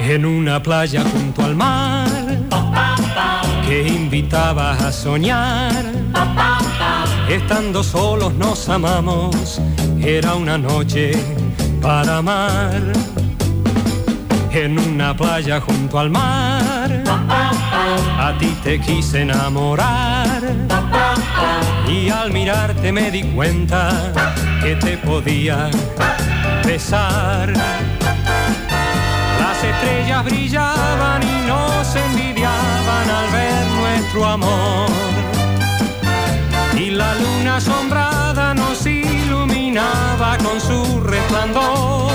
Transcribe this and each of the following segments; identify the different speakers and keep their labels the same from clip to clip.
Speaker 1: en una playa junto al mar que invitaba a soñar. Estando solos nos amamos, era una noche para amar. En una playa junto al mar, a ti te quise enamorar. Y al mirarte me di cuenta que te podía besar. Las estrellas brillaban y nos envidiaban al ver nuestro amor. Y la luna asombrada nos iluminaba con su resplandor.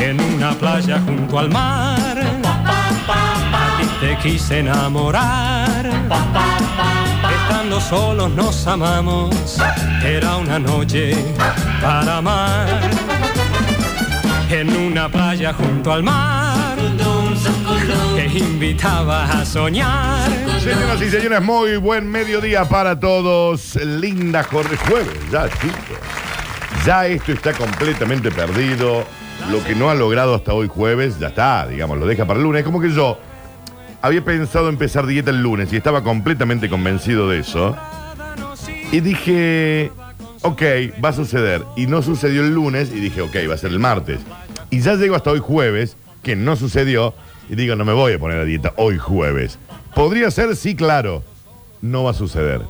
Speaker 1: En una playa junto al mar, a ti te quise enamorar. Estando solos nos amamos, era una noche para amar en una playa junto al mar que invitaba a soñar.
Speaker 2: Señoras y señores, muy buen mediodía para todos. Linda jornada. Jueves, ya, chicos. Ya esto está completamente perdido. Lo que no ha logrado hasta hoy jueves, ya está, digamos, lo deja para el lunes. Como que yo había pensado empezar dieta el lunes y estaba completamente convencido de eso. Y dije, ok, va a suceder. Y no sucedió el lunes y dije, ok, va a ser el martes. Y ya llego hasta hoy jueves, que no sucedió, y digo, no me voy a poner a dieta hoy jueves. Podría ser, sí, claro. No va a suceder.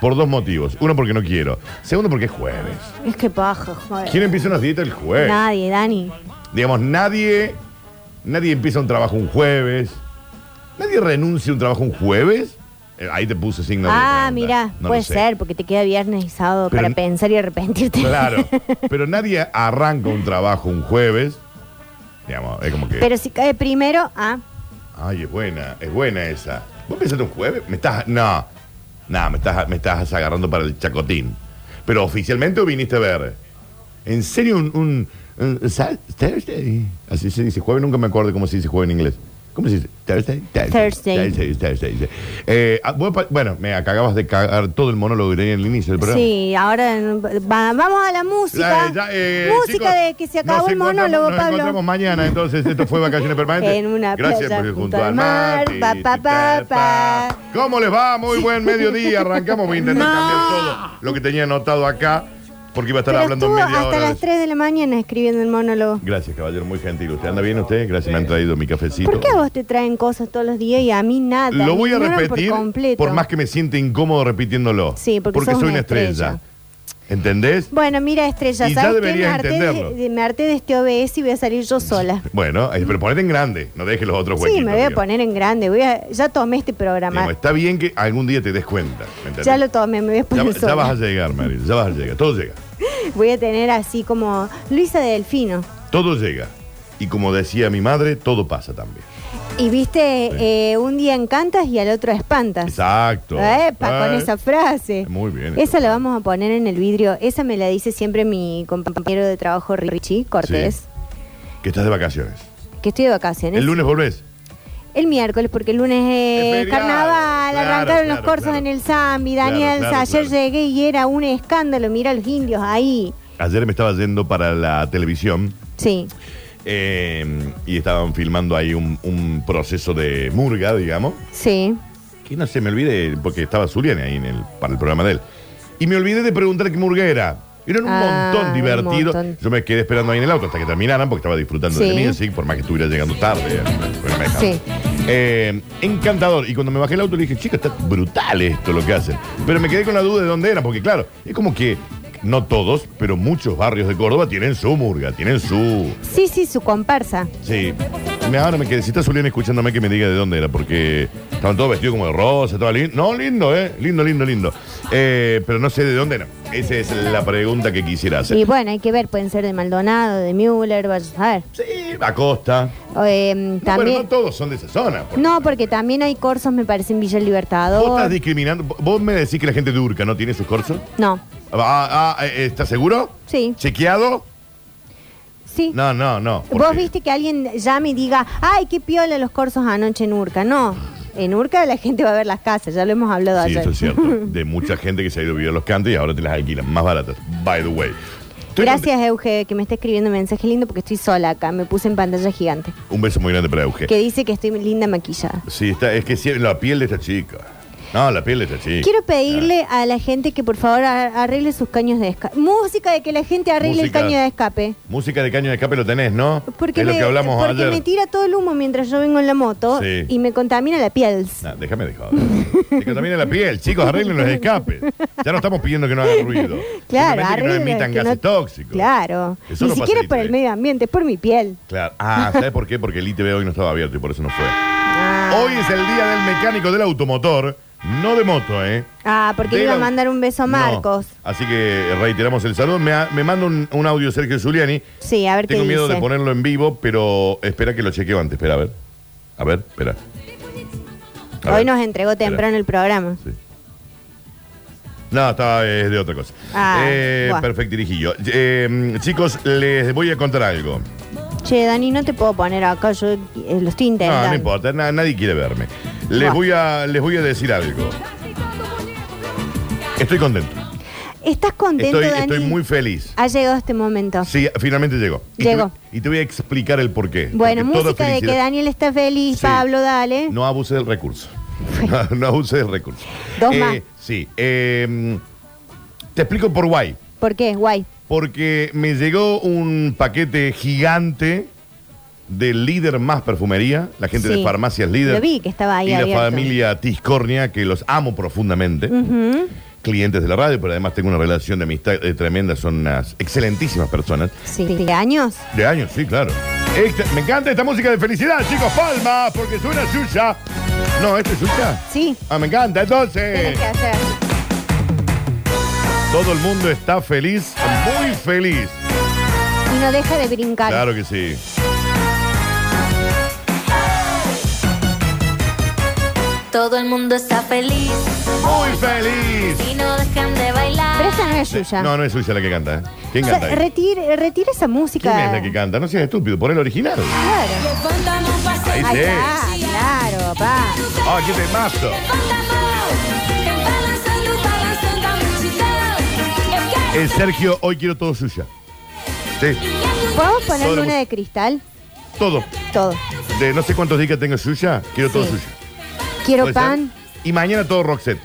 Speaker 2: Por dos motivos. Uno, porque no quiero. Segundo, porque es jueves.
Speaker 3: Es que paja, joder.
Speaker 2: ¿Quién empieza una dieta el jueves?
Speaker 3: Nadie, Dani.
Speaker 2: Digamos, nadie, nadie empieza un trabajo un jueves. Nadie renuncia a un trabajo un jueves. Eh, Ahí te puse signo de
Speaker 3: Ah,
Speaker 2: pregunta.
Speaker 3: mira,
Speaker 2: No lo
Speaker 3: puede
Speaker 2: sé.
Speaker 3: ser, porque te queda viernes y sábado
Speaker 2: Pero-
Speaker 3: para pensar y arrepentirte.
Speaker 2: Claro, pero nadie arranca un trabajo un jueves. Digamos, es como que.
Speaker 3: Pero si cae primero, ah,
Speaker 2: Ay, es buena, es buena esa. ¿Vos pensaste un jueves? Me estás. No. No, me estás, me estás agarrando para el chacotín. Pero oficialmente o viniste a ver. ¿En serio un. un, un Sat- Thursday? Así se dice jueves, nunca me acuerdo cómo se dice jueves en inglés. ¿Cómo se dice? Thursday.
Speaker 3: Thursday.
Speaker 2: Thursday. Thursday, Thursday. Eh, ah, vos pa- bueno, me acabas de cagar todo el monólogo que tenía en el inicio del programa.
Speaker 3: sí, ahora en- va- vamos a la música.
Speaker 2: Ya, eh, ya, eh,
Speaker 3: música
Speaker 2: chicos,
Speaker 3: de que se acabó
Speaker 2: nos
Speaker 3: el
Speaker 2: encontramos-
Speaker 3: monólogo,
Speaker 2: Nos encontramos
Speaker 3: Pablo.
Speaker 2: mañana, entonces esto fue Vacaciones Permanentes.
Speaker 3: En una
Speaker 2: Gracias
Speaker 3: playa
Speaker 2: porque junto al mar. ti,
Speaker 3: pa, pa,
Speaker 2: ti,
Speaker 3: pa,
Speaker 2: pa.
Speaker 3: pa.
Speaker 2: ¿Cómo les va? Muy buen mediodía. Arrancamos, voy a intentar
Speaker 3: No.
Speaker 2: cambiar todo lo que tenía anotado acá, porque iba a estar
Speaker 3: Pero
Speaker 2: hablando
Speaker 3: estuvo
Speaker 2: media
Speaker 3: hasta
Speaker 2: hora. de
Speaker 3: las
Speaker 2: eso.
Speaker 3: 3 de la mañana escribiendo el monólogo.
Speaker 2: Gracias, caballero, muy gentil. ¿Usted anda bien usted? Gracias, me han traído mi cafecito.
Speaker 3: ¿Por qué a vos te traen cosas todos los días y a mí nada?
Speaker 2: Lo
Speaker 3: Me
Speaker 2: voy a
Speaker 3: ignoran
Speaker 2: repetir
Speaker 3: por, completo.
Speaker 2: por más que me siente incómodo repitiéndolo.
Speaker 3: Sí, porque
Speaker 2: soy
Speaker 3: sos una
Speaker 2: una estrella.
Speaker 3: estrella.
Speaker 2: ¿Entendés?
Speaker 3: Bueno, mira, Estrella,
Speaker 2: Y ya
Speaker 3: ¿sabes qué?
Speaker 2: deberías
Speaker 3: Me harté,
Speaker 2: entenderlo.
Speaker 3: de, de- me harté de este OBS y voy a salir yo sola.
Speaker 2: Bueno, eh, pero ponete en grande, no dejes los otros huequitos.
Speaker 3: Sí, me voy a
Speaker 2: digamos.
Speaker 3: poner en grande. Voy a- ya tomé este programa.
Speaker 2: Digo, está bien que algún día te des cuenta. ¿me entendés?
Speaker 3: ya lo tomé, me voy a
Speaker 2: Ya-
Speaker 3: poner
Speaker 2: ya
Speaker 3: sola.
Speaker 2: vas a llegar, Maril, ya vas a llegar. Todo llega.
Speaker 3: Voy a tener así como Luisa Delfino.
Speaker 2: Todo llega. Y como decía mi madre, todo pasa también.
Speaker 3: Y viste, eh, un día encantas y al otro espantas.
Speaker 2: Exacto.
Speaker 3: Epa, con
Speaker 2: Eh,
Speaker 3: esa frase.
Speaker 2: Muy bien. eh.
Speaker 3: Esa la vamos a poner en el vidrio. Esa me la dice siempre mi compañero de trabajo Richie Cortés,
Speaker 2: Que estás de vacaciones.
Speaker 3: que estoy de vacaciones.
Speaker 2: El lunes volvés.
Speaker 3: El miércoles, porque el lunes es
Speaker 2: Es feriado,
Speaker 3: carnaval,
Speaker 2: claro,
Speaker 3: arrancaron
Speaker 2: claro,
Speaker 3: los corsos
Speaker 2: claro.
Speaker 3: en el Zambi.
Speaker 2: Claro,
Speaker 3: Daniel,
Speaker 2: claro,
Speaker 3: ayer
Speaker 2: claro.
Speaker 3: llegué y era un escándalo. Mira los indios ahí.
Speaker 2: Ayer me estaba yendo para la televisión
Speaker 3: Sí.
Speaker 2: eh, y estaban filmando ahí un, un proceso de murga, digamos.
Speaker 3: Sí.
Speaker 2: Que no se me olvide, porque estaba Zuliani ahí en el, para el programa de él. Y me olvidé de preguntar qué murga era. Era un
Speaker 3: Ah,
Speaker 2: montón
Speaker 3: un
Speaker 2: divertido.
Speaker 3: montón.
Speaker 2: Yo me quedé esperando ahí en el auto hasta que terminaran porque estaba disfrutando
Speaker 3: Sí.
Speaker 2: de music, por más que estuviera llegando tarde. eh, Bueno, me dejaron.
Speaker 3: Sí.
Speaker 2: Eh, encantador. Y cuando me bajé el auto le dije, chica, está brutal esto lo que hacen. Pero me quedé con la duda de dónde era, porque claro, es como que no todos, pero muchos barrios de Córdoba tienen su murga, tienen su.
Speaker 3: Sí, sí, su comparsa.
Speaker 2: Sí. Me- Ahora me quedé. Si está Julián escuchándome, que me diga de dónde era, porque estaban todos vestidos como de rosa, estaba lindo. No, lindo, ¿eh? Lindo, lindo, lindo. Eh, pero no sé de dónde era. Esa es la pregunta que quisiera hacer.
Speaker 3: Y bueno, hay que ver, pueden ser de Maldonado, de Müller, vaya a saber.
Speaker 2: Sí, Acosta.
Speaker 3: O, em,
Speaker 2: No, bueno,
Speaker 3: también.
Speaker 2: no todos son de esa zona. porque-
Speaker 3: No, porque también hay corsos, me parece, en Villa
Speaker 2: Vos estás
Speaker 3: Libertador.
Speaker 2: discriminando. ¿Vos me decís que la gente de Urca no tiene sus corsos?
Speaker 3: No,
Speaker 2: Ah, ah, eh, ¿Estás seguro?
Speaker 3: Sí.
Speaker 2: ¿Chequeado?
Speaker 3: sí.
Speaker 2: No, no, no.
Speaker 3: Vos
Speaker 2: porque-
Speaker 3: viste que alguien llame y diga, ay, qué piola los corsos anoche en Urca. No, en Urca la gente va a ver las casas, ya lo hemos hablado
Speaker 2: Sí,
Speaker 3: ayer.
Speaker 2: eso es cierto. De mucha gente que se ha ido a vivir a los cantos y ahora te las alquilan más baratas. By the way. Estoy
Speaker 3: Gracias, Euge, que me está escribiendo un mensaje lindo porque estoy sola acá. Me puse en pantalla gigante.
Speaker 2: contento. Un beso muy grande para Euge.
Speaker 3: Que dice que estoy linda maquillada.
Speaker 2: Sí, está, es que sí, la piel de esta chica. No, la piel de esta chica.
Speaker 3: Quiero pedirle a la gente que por favor a- arregle sus caños de escape. Música de que la gente arregle
Speaker 2: Música.
Speaker 3: el caño de escape.
Speaker 2: Música de caño de escape lo tenés, ¿no?
Speaker 3: Porque,
Speaker 2: es
Speaker 3: me,
Speaker 2: lo que hablamos
Speaker 3: porque
Speaker 2: ayer.
Speaker 3: me tira todo el humo mientras yo vengo en la moto
Speaker 2: Sí.
Speaker 3: y me contamina la piel.
Speaker 2: Nah, déjame de joder. Se contamina la piel, chicos, arreglen los escapes. Ya no estamos pidiendo que no hagan ruido. Simplemente que
Speaker 3: Claro,
Speaker 2: no
Speaker 3: arreglen,
Speaker 2: emitan
Speaker 3: que no-
Speaker 2: gases tóxicos.
Speaker 3: Claro.
Speaker 2: Eso
Speaker 3: Ni
Speaker 2: no pasa
Speaker 3: siquiera
Speaker 2: en
Speaker 3: por el
Speaker 2: ITV.
Speaker 3: medio ambiente, es por mi piel.
Speaker 2: Claro. Ah, ¿sabes por qué? Porque el ITV hoy no estaba abierto y por eso no fue.
Speaker 3: Ah,
Speaker 2: Hoy es el día del mecánico del automotor, no de moto, ¿eh?
Speaker 3: Ah, porque
Speaker 2: De
Speaker 3: le iba a
Speaker 2: la-
Speaker 3: mandar un beso a
Speaker 2: No.
Speaker 3: Marcos.
Speaker 2: Así que reiteramos el saludo. Me, ha- me manda un, un audio Sergio Zuliani.
Speaker 3: Sí, a ver
Speaker 2: Tengo
Speaker 3: qué
Speaker 2: miedo
Speaker 3: dice.
Speaker 2: de ponerlo en vivo, pero espera que lo chequeo antes. Espera, a ver. A ver, espera. A
Speaker 3: Hoy
Speaker 2: ver.
Speaker 3: nos entregó
Speaker 2: Espera.
Speaker 3: temprano el programa.
Speaker 2: Sí. No, estaba es de otra cosa.
Speaker 3: Ah,
Speaker 2: eh,
Speaker 3: buah.
Speaker 2: perfecto, dirijillo. Eh, chicos, les voy a contar algo.
Speaker 3: Che, Dani, no te puedo poner acá, yo eh, lo estoy
Speaker 2: Ah, No,
Speaker 3: intentando.
Speaker 2: no importa, na- nadie quiere verme. Les
Speaker 3: Buah.
Speaker 2: voy, a, les voy a decir algo. Estoy contento.
Speaker 3: ¿Estás contento,
Speaker 2: Estoy,
Speaker 3: Dani?
Speaker 2: estoy muy feliz.
Speaker 3: Ha llegado este momento.
Speaker 2: Sí, finalmente llegó. Y te
Speaker 3: Llegó.
Speaker 2: voy- Y te, voy a explicar el porqué.
Speaker 3: bueno,
Speaker 2: Porque toda
Speaker 3: música de que
Speaker 2: felicidad-
Speaker 3: Daniel está feliz,
Speaker 2: Sí.
Speaker 3: Pablo, dale.
Speaker 2: No abuse del recurso. No, no abuse del recurso.
Speaker 3: Dos
Speaker 2: Eh,
Speaker 3: más.
Speaker 2: Sí. eh, te explico por guay.
Speaker 3: ¿Por qué? Guay.
Speaker 2: Porque me llegó un paquete gigante de líder más perfumería, la gente
Speaker 3: Sí.
Speaker 2: de farmacias líder.
Speaker 3: Lo vi que estaba ahí
Speaker 2: Y
Speaker 3: abierto.
Speaker 2: la familia Tiscornia, que los amo profundamente,
Speaker 3: Ujú.
Speaker 2: clientes de la radio, pero además tengo una relación de amistad eh, tremenda, son unas excelentísimas personas.
Speaker 3: Sí. ¿De años?
Speaker 2: De años, sí, claro. Esta- me encanta esta música de felicidad, chicos, palmas, porque suena suya. No, ¿esto es suya?
Speaker 3: Sí.
Speaker 2: Ah, me encanta, entonces.
Speaker 3: Tienes que hacer.
Speaker 2: Todo el mundo está feliz, muy feliz.
Speaker 3: Y no deja de brincar.
Speaker 2: Claro que sí.
Speaker 4: Todo el mundo está feliz
Speaker 2: Muy feliz.
Speaker 4: y no dejan de bailar.
Speaker 3: Pero esa no es suya.
Speaker 2: No, no es suya la que canta. ¿eh? ¿Quién
Speaker 3: O sea,
Speaker 2: canta? ahí?
Speaker 3: retire, retire esa música.
Speaker 2: ¿Quién es la que canta? No seas estúpido, por el original.
Speaker 3: Claro.
Speaker 2: Ahí
Speaker 3: Ahí
Speaker 2: sí.
Speaker 3: está, claro, pa.
Speaker 2: Ah, qué temazo. Eh, Sergio, hoy quiero todo suya. Sí, Todo
Speaker 3: ¿Podemos
Speaker 2: lo
Speaker 3: ponerle una
Speaker 2: mu-
Speaker 3: de cristal?
Speaker 2: todo.
Speaker 3: Todo.
Speaker 2: De no sé cuántos días que tengo suya, quiero todo
Speaker 3: Sí.
Speaker 2: suya.
Speaker 3: Quiero
Speaker 2: ¿Puede ser?
Speaker 3: pan.
Speaker 2: Y mañana todo Roxette.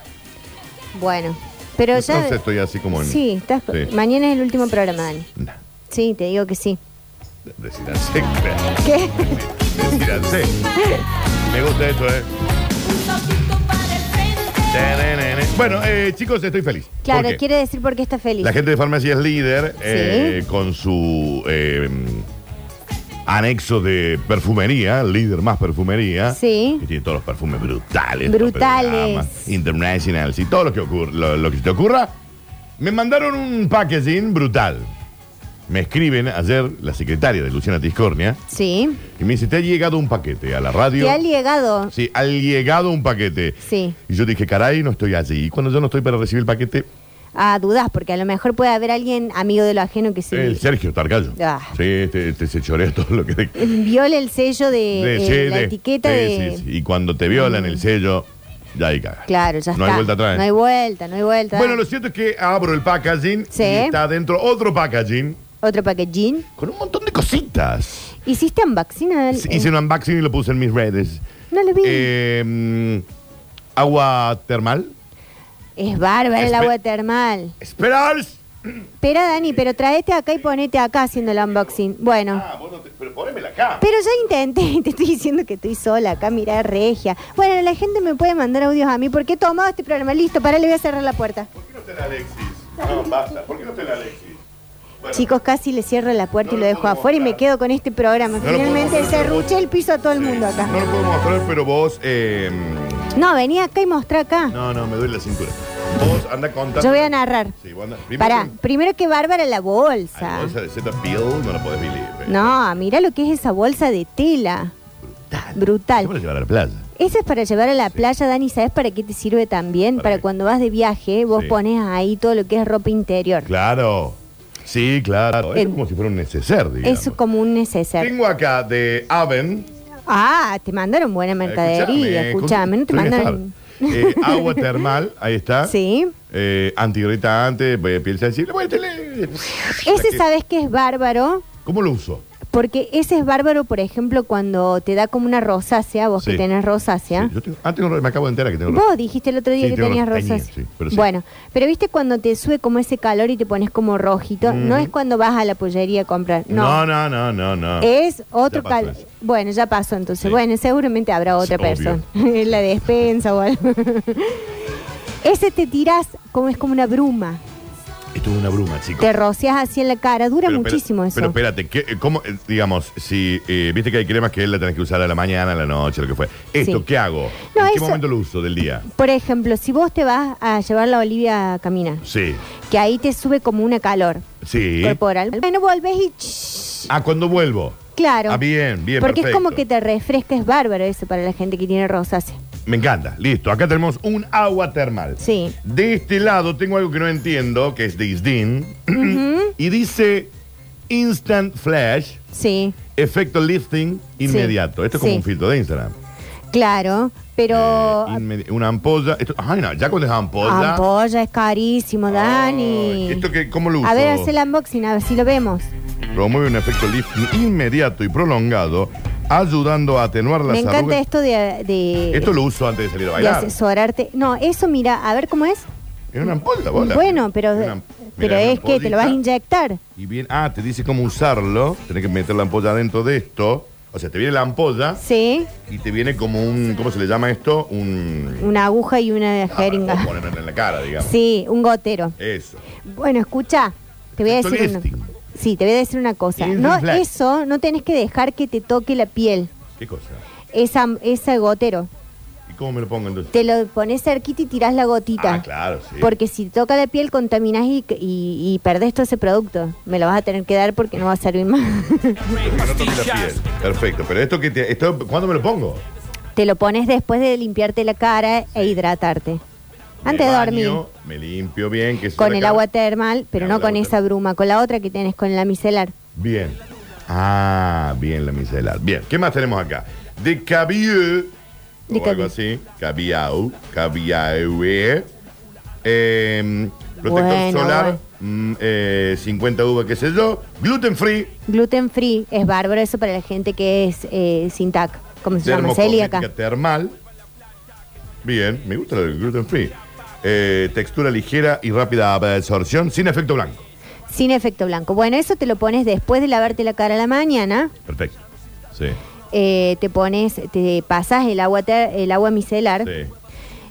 Speaker 3: Bueno. Pero ya.
Speaker 2: Entonces estoy así como en.
Speaker 3: Sí, estás-
Speaker 2: Sí.
Speaker 3: mañana es el último programa, Dani.
Speaker 2: Nah,
Speaker 3: Sí, te digo que sí.
Speaker 2: Decídanse, claro,
Speaker 3: ¿Qué?
Speaker 2: decídanse. Me gusta esto, ¿eh? Tenenene. Bueno, eh, chicos, estoy feliz.
Speaker 3: Claro,
Speaker 2: ¿Por qué?
Speaker 3: quiere decir porque está feliz.
Speaker 2: La gente de farmacia es líder eh,
Speaker 3: Sí.
Speaker 2: con su eh, anexo de perfumería, líder más perfumería.
Speaker 3: Sí.
Speaker 2: Que tiene todos los perfumes brutales.
Speaker 3: Brutales.
Speaker 2: tope de gama, Internationals y todo lo que, ocurra, lo, lo que se te ocurra. Me mandaron un packaging brutal. Me escriben ayer la secretaria de Luciana Tiscornia
Speaker 3: Sí.
Speaker 2: y me dice, te ha llegado un paquete a la radio.
Speaker 3: Te ha llegado.
Speaker 2: Sí, ha llegado un paquete.
Speaker 3: Sí.
Speaker 2: Y yo dije, caray, no estoy allí. Y cuando yo no estoy para recibir el paquete,
Speaker 3: Ah, dudas, porque a lo mejor puede haber alguien amigo de lo ajeno que se
Speaker 2: El Sergio Targallo.
Speaker 3: Ah.
Speaker 2: Sí, este, este se chorea todo lo que... De,
Speaker 3: viole el sello de, eh,
Speaker 2: sí,
Speaker 3: la
Speaker 2: de-
Speaker 3: etiqueta
Speaker 2: sí,
Speaker 3: de. Mm.
Speaker 2: sí, sí. Y cuando te violan el sello, ya ahí caga.
Speaker 3: Claro, ya
Speaker 2: No
Speaker 3: está.
Speaker 2: hay vuelta atrás.
Speaker 3: No hay vuelta, no hay vuelta.
Speaker 2: bueno, lo cierto es que abro el packaging
Speaker 3: Sí.
Speaker 2: y está dentro otro packaging
Speaker 3: Otro packaging.
Speaker 2: con un montón de cositas.
Speaker 3: ¿Hiciste unboxing? Adel?
Speaker 2: Sí, Hice un unboxing y lo puse en mis redes.
Speaker 3: No lo vi.
Speaker 2: Eh, mm, agua termal.
Speaker 3: es bárbaro el
Speaker 2: espe-
Speaker 3: agua termal.
Speaker 2: Esperars.
Speaker 3: Espera, Dani,
Speaker 2: Eh.
Speaker 3: pero traete acá y ponete acá haciendo el unboxing. Bueno.
Speaker 2: Ah, vos no te- pero ponémela acá.
Speaker 3: Pero ya intenté y te estoy diciendo que estoy sola acá, mirá, regia. Bueno, la gente me puede mandar audios a mí porque he tomado este programa. Listo, para, le voy a cerrar la puerta.
Speaker 2: ¿Por qué no está el Alexis? No, basta. ¿Por qué no está el Alexis? Bueno.
Speaker 3: Chicos, casi le cierro la puerta
Speaker 2: No
Speaker 3: y
Speaker 2: lo
Speaker 3: lo dejo
Speaker 2: podemos
Speaker 3: afuera y me
Speaker 2: mostrar.
Speaker 3: quedo con este programa.
Speaker 2: No lo
Speaker 3: Finalmente
Speaker 2: podemos mostrar,
Speaker 3: cerruché el piso a todo el mundo acá.
Speaker 2: No lo puedo mostrar, pero vos. eh,
Speaker 3: No, vení acá y mostrá acá.
Speaker 2: no, no, me duele la cintura. Vos anda contando.
Speaker 3: Yo voy a narrar.
Speaker 2: Sí, vos anda. Primero
Speaker 3: Pará,
Speaker 2: que-
Speaker 3: primero que bárbara la
Speaker 2: Ay,
Speaker 3: bolsa.
Speaker 2: bolsa de Z Bill no la podés vivir.
Speaker 3: No, mirá lo que es esa bolsa de tela. Brutal.
Speaker 2: Vamos a llevar a la playa.
Speaker 3: Esa es para llevar a la playa, Dani. ¿Sabes para qué te sirve también?
Speaker 2: ¿Para
Speaker 3: Para
Speaker 2: qué?
Speaker 3: cuando vas de viaje, vos
Speaker 2: Sí.
Speaker 3: pones ahí todo lo que es ropa interior.
Speaker 2: Claro. Sí, claro. Es
Speaker 3: En-
Speaker 2: como si fuera un neceser, digamos.
Speaker 3: Es como un neceser.
Speaker 2: Tengo acá de Aven.
Speaker 3: Ah, te mandaron buena mercadería. Escúchame, no te mandaron.
Speaker 2: Eh, agua termal, ahí está.
Speaker 3: Sí.
Speaker 2: Eh, antirritante, eh, piel sensible. Bueno, tele-
Speaker 3: Ese sabes que es bárbaro,
Speaker 2: ¿Cómo lo usó?
Speaker 3: porque ese es bárbaro, por ejemplo, cuando te da como una rosácea, vos
Speaker 2: Sí.
Speaker 3: que tenés rosácea.
Speaker 2: Sí, yo tengo- ah, tengo ro- me acabo de enterar que tengo ro-
Speaker 3: Vos dijiste el otro día
Speaker 2: Sí,
Speaker 3: que
Speaker 2: tengo
Speaker 3: tenías
Speaker 2: ro- tenía,
Speaker 3: rosas.
Speaker 2: sí, pero sí.
Speaker 3: Bueno, pero viste cuando te sube como ese calor y te pones como rojito, no es cuando vas a la pollería a comprar, no.
Speaker 2: Mm. No,
Speaker 3: Eh,
Speaker 2: no, no, no, no.
Speaker 3: Es otro
Speaker 2: Ya pasó
Speaker 3: calor.
Speaker 2: eso.
Speaker 3: Bueno, ya pasó entonces.
Speaker 2: Sí.
Speaker 3: Bueno, seguramente habrá otra
Speaker 2: obvio.
Speaker 3: persona en la despensa o algo. Ese te tirás como es como una bruma.
Speaker 2: Esto es una bruma, chicos.
Speaker 3: Te rocias así en la cara. Dura
Speaker 2: Pero,
Speaker 3: muchísimo
Speaker 2: pero,
Speaker 3: eso.
Speaker 2: Pero espérate, ¿qué- ¿cómo, eh, digamos, si eh, viste que hay cremas que la tenés que usar a la mañana, a la noche, lo que fue? ¿Esto
Speaker 3: Sí.
Speaker 2: qué hago?
Speaker 3: No,
Speaker 2: ¿En qué
Speaker 3: eso-
Speaker 2: momento lo uso del día?
Speaker 3: Por ejemplo, si vos te vas a llevar la Olivia a caminar,
Speaker 2: Sí,
Speaker 3: que ahí te sube como una calor
Speaker 2: sí.
Speaker 3: corporal. Bueno, volvés y... ch-
Speaker 2: Ah, cuando vuelvo.
Speaker 3: Claro.
Speaker 2: Ah, bien, bien,
Speaker 3: Porque
Speaker 2: perfecto.
Speaker 3: es como que te refresca, es bárbaro eso para la gente que tiene rosácea.
Speaker 2: Me encanta, listo. Acá tenemos un agua termal.
Speaker 3: Sí.
Speaker 2: De este lado tengo algo que no entiendo, que es de Isdin. Y dice Instant Flash,
Speaker 3: Sí,
Speaker 2: efecto lifting inmediato. Esto es como
Speaker 3: Sí.
Speaker 2: un filtro de Instagram.
Speaker 3: claro, pero
Speaker 2: Eh, inmedi- una ampolla. Esto, ay, no, ya cuando es ampolla.
Speaker 3: ampolla es carísimo, Dani.
Speaker 2: Ay, ¿esto qué- cómo lo
Speaker 3: A
Speaker 2: uso?
Speaker 3: ver, hace el unboxing, a ver si lo vemos.
Speaker 2: Promueve un efecto lifting inmediato y prolongado, ayudando a atenuar las
Speaker 3: Me encanta este.
Speaker 2: arrugas.
Speaker 3: esto de, de-
Speaker 2: Esto lo uso antes de salir a
Speaker 3: de
Speaker 2: bailar.
Speaker 3: asesorarte. No, eso mira, a ver cómo es.
Speaker 2: Es una ampolla, bola.
Speaker 3: Bueno, pero,
Speaker 2: Es una-
Speaker 3: pero
Speaker 2: mira, una
Speaker 3: es que te lo vas a
Speaker 2: ampollita.
Speaker 3: inyectar.
Speaker 2: Y bien, ah, te dice cómo usarlo. Tenés que meter la ampolla dentro de esto. O sea, te viene la ampolla
Speaker 3: Sí,
Speaker 2: y te viene como un. ¿Cómo se le llama esto? Un.
Speaker 3: una aguja y una
Speaker 2: ah,
Speaker 3: jeringa.
Speaker 2: para ponerla en la cara, digamos.
Speaker 3: Sí, un gotero.
Speaker 2: Eso.
Speaker 3: Bueno, escucha, te voy a
Speaker 2: Esto
Speaker 3: decir una,
Speaker 2: lifting.
Speaker 3: sí, te voy a decir una cosa.
Speaker 2: Lifting
Speaker 3: No,
Speaker 2: flag.
Speaker 3: eso no tenés que dejar que te toque la piel,
Speaker 2: ¿Qué cosa?
Speaker 3: esa, ese gotero.
Speaker 2: ¿Y cómo me lo pongo entonces?
Speaker 3: Te lo pones cerquita y tirás la gotita.
Speaker 2: Ah, claro, sí.
Speaker 3: Porque si te toca la piel contaminás y, y, y perdés todo ese producto. Me lo vas a tener que dar porque no va a servir más.
Speaker 2: Porque no toque la piel. Perfecto. Pero esto que te. Esto, ¿Cuándo me lo pongo?
Speaker 3: te lo pones después de limpiarte la cara e hidratarte. Antes
Speaker 2: Me
Speaker 3: de
Speaker 2: baño,
Speaker 3: dormir.
Speaker 2: Me limpio bien. Que
Speaker 3: Con el agua
Speaker 2: te...
Speaker 3: termal, pero
Speaker 2: El
Speaker 3: no
Speaker 2: agua
Speaker 3: con esa
Speaker 2: termal.
Speaker 3: bruma, con la otra que tenés, con la micelar.
Speaker 2: Bien. Ah, bien la micelar. Bien. ¿Qué más tenemos acá? De cabiau. o
Speaker 3: De
Speaker 2: algo
Speaker 3: cabiau.
Speaker 2: así. Cabiau. Cabiau. Eh, protector
Speaker 3: Bueno,
Speaker 2: solar.
Speaker 3: bueno.
Speaker 2: mm, eh, 50 uva, qué sé yo. Gluten free.
Speaker 3: Gluten free es bárbaro eso para la gente que es eh, sin TAC. ¿Cómo se llama?
Speaker 2: Dermocosmética
Speaker 3: Celíaca.
Speaker 2: termal. Bien. Me gusta el gluten free. Eh, textura ligera y rápida absorción sin efecto blanco.
Speaker 3: Sin efecto blanco. Bueno, eso te lo pones después de lavarte la cara a la mañana.
Speaker 2: Perfecto. Sí.
Speaker 3: eh, te pones, te pasas el agua, ter- el agua micelar
Speaker 2: sí.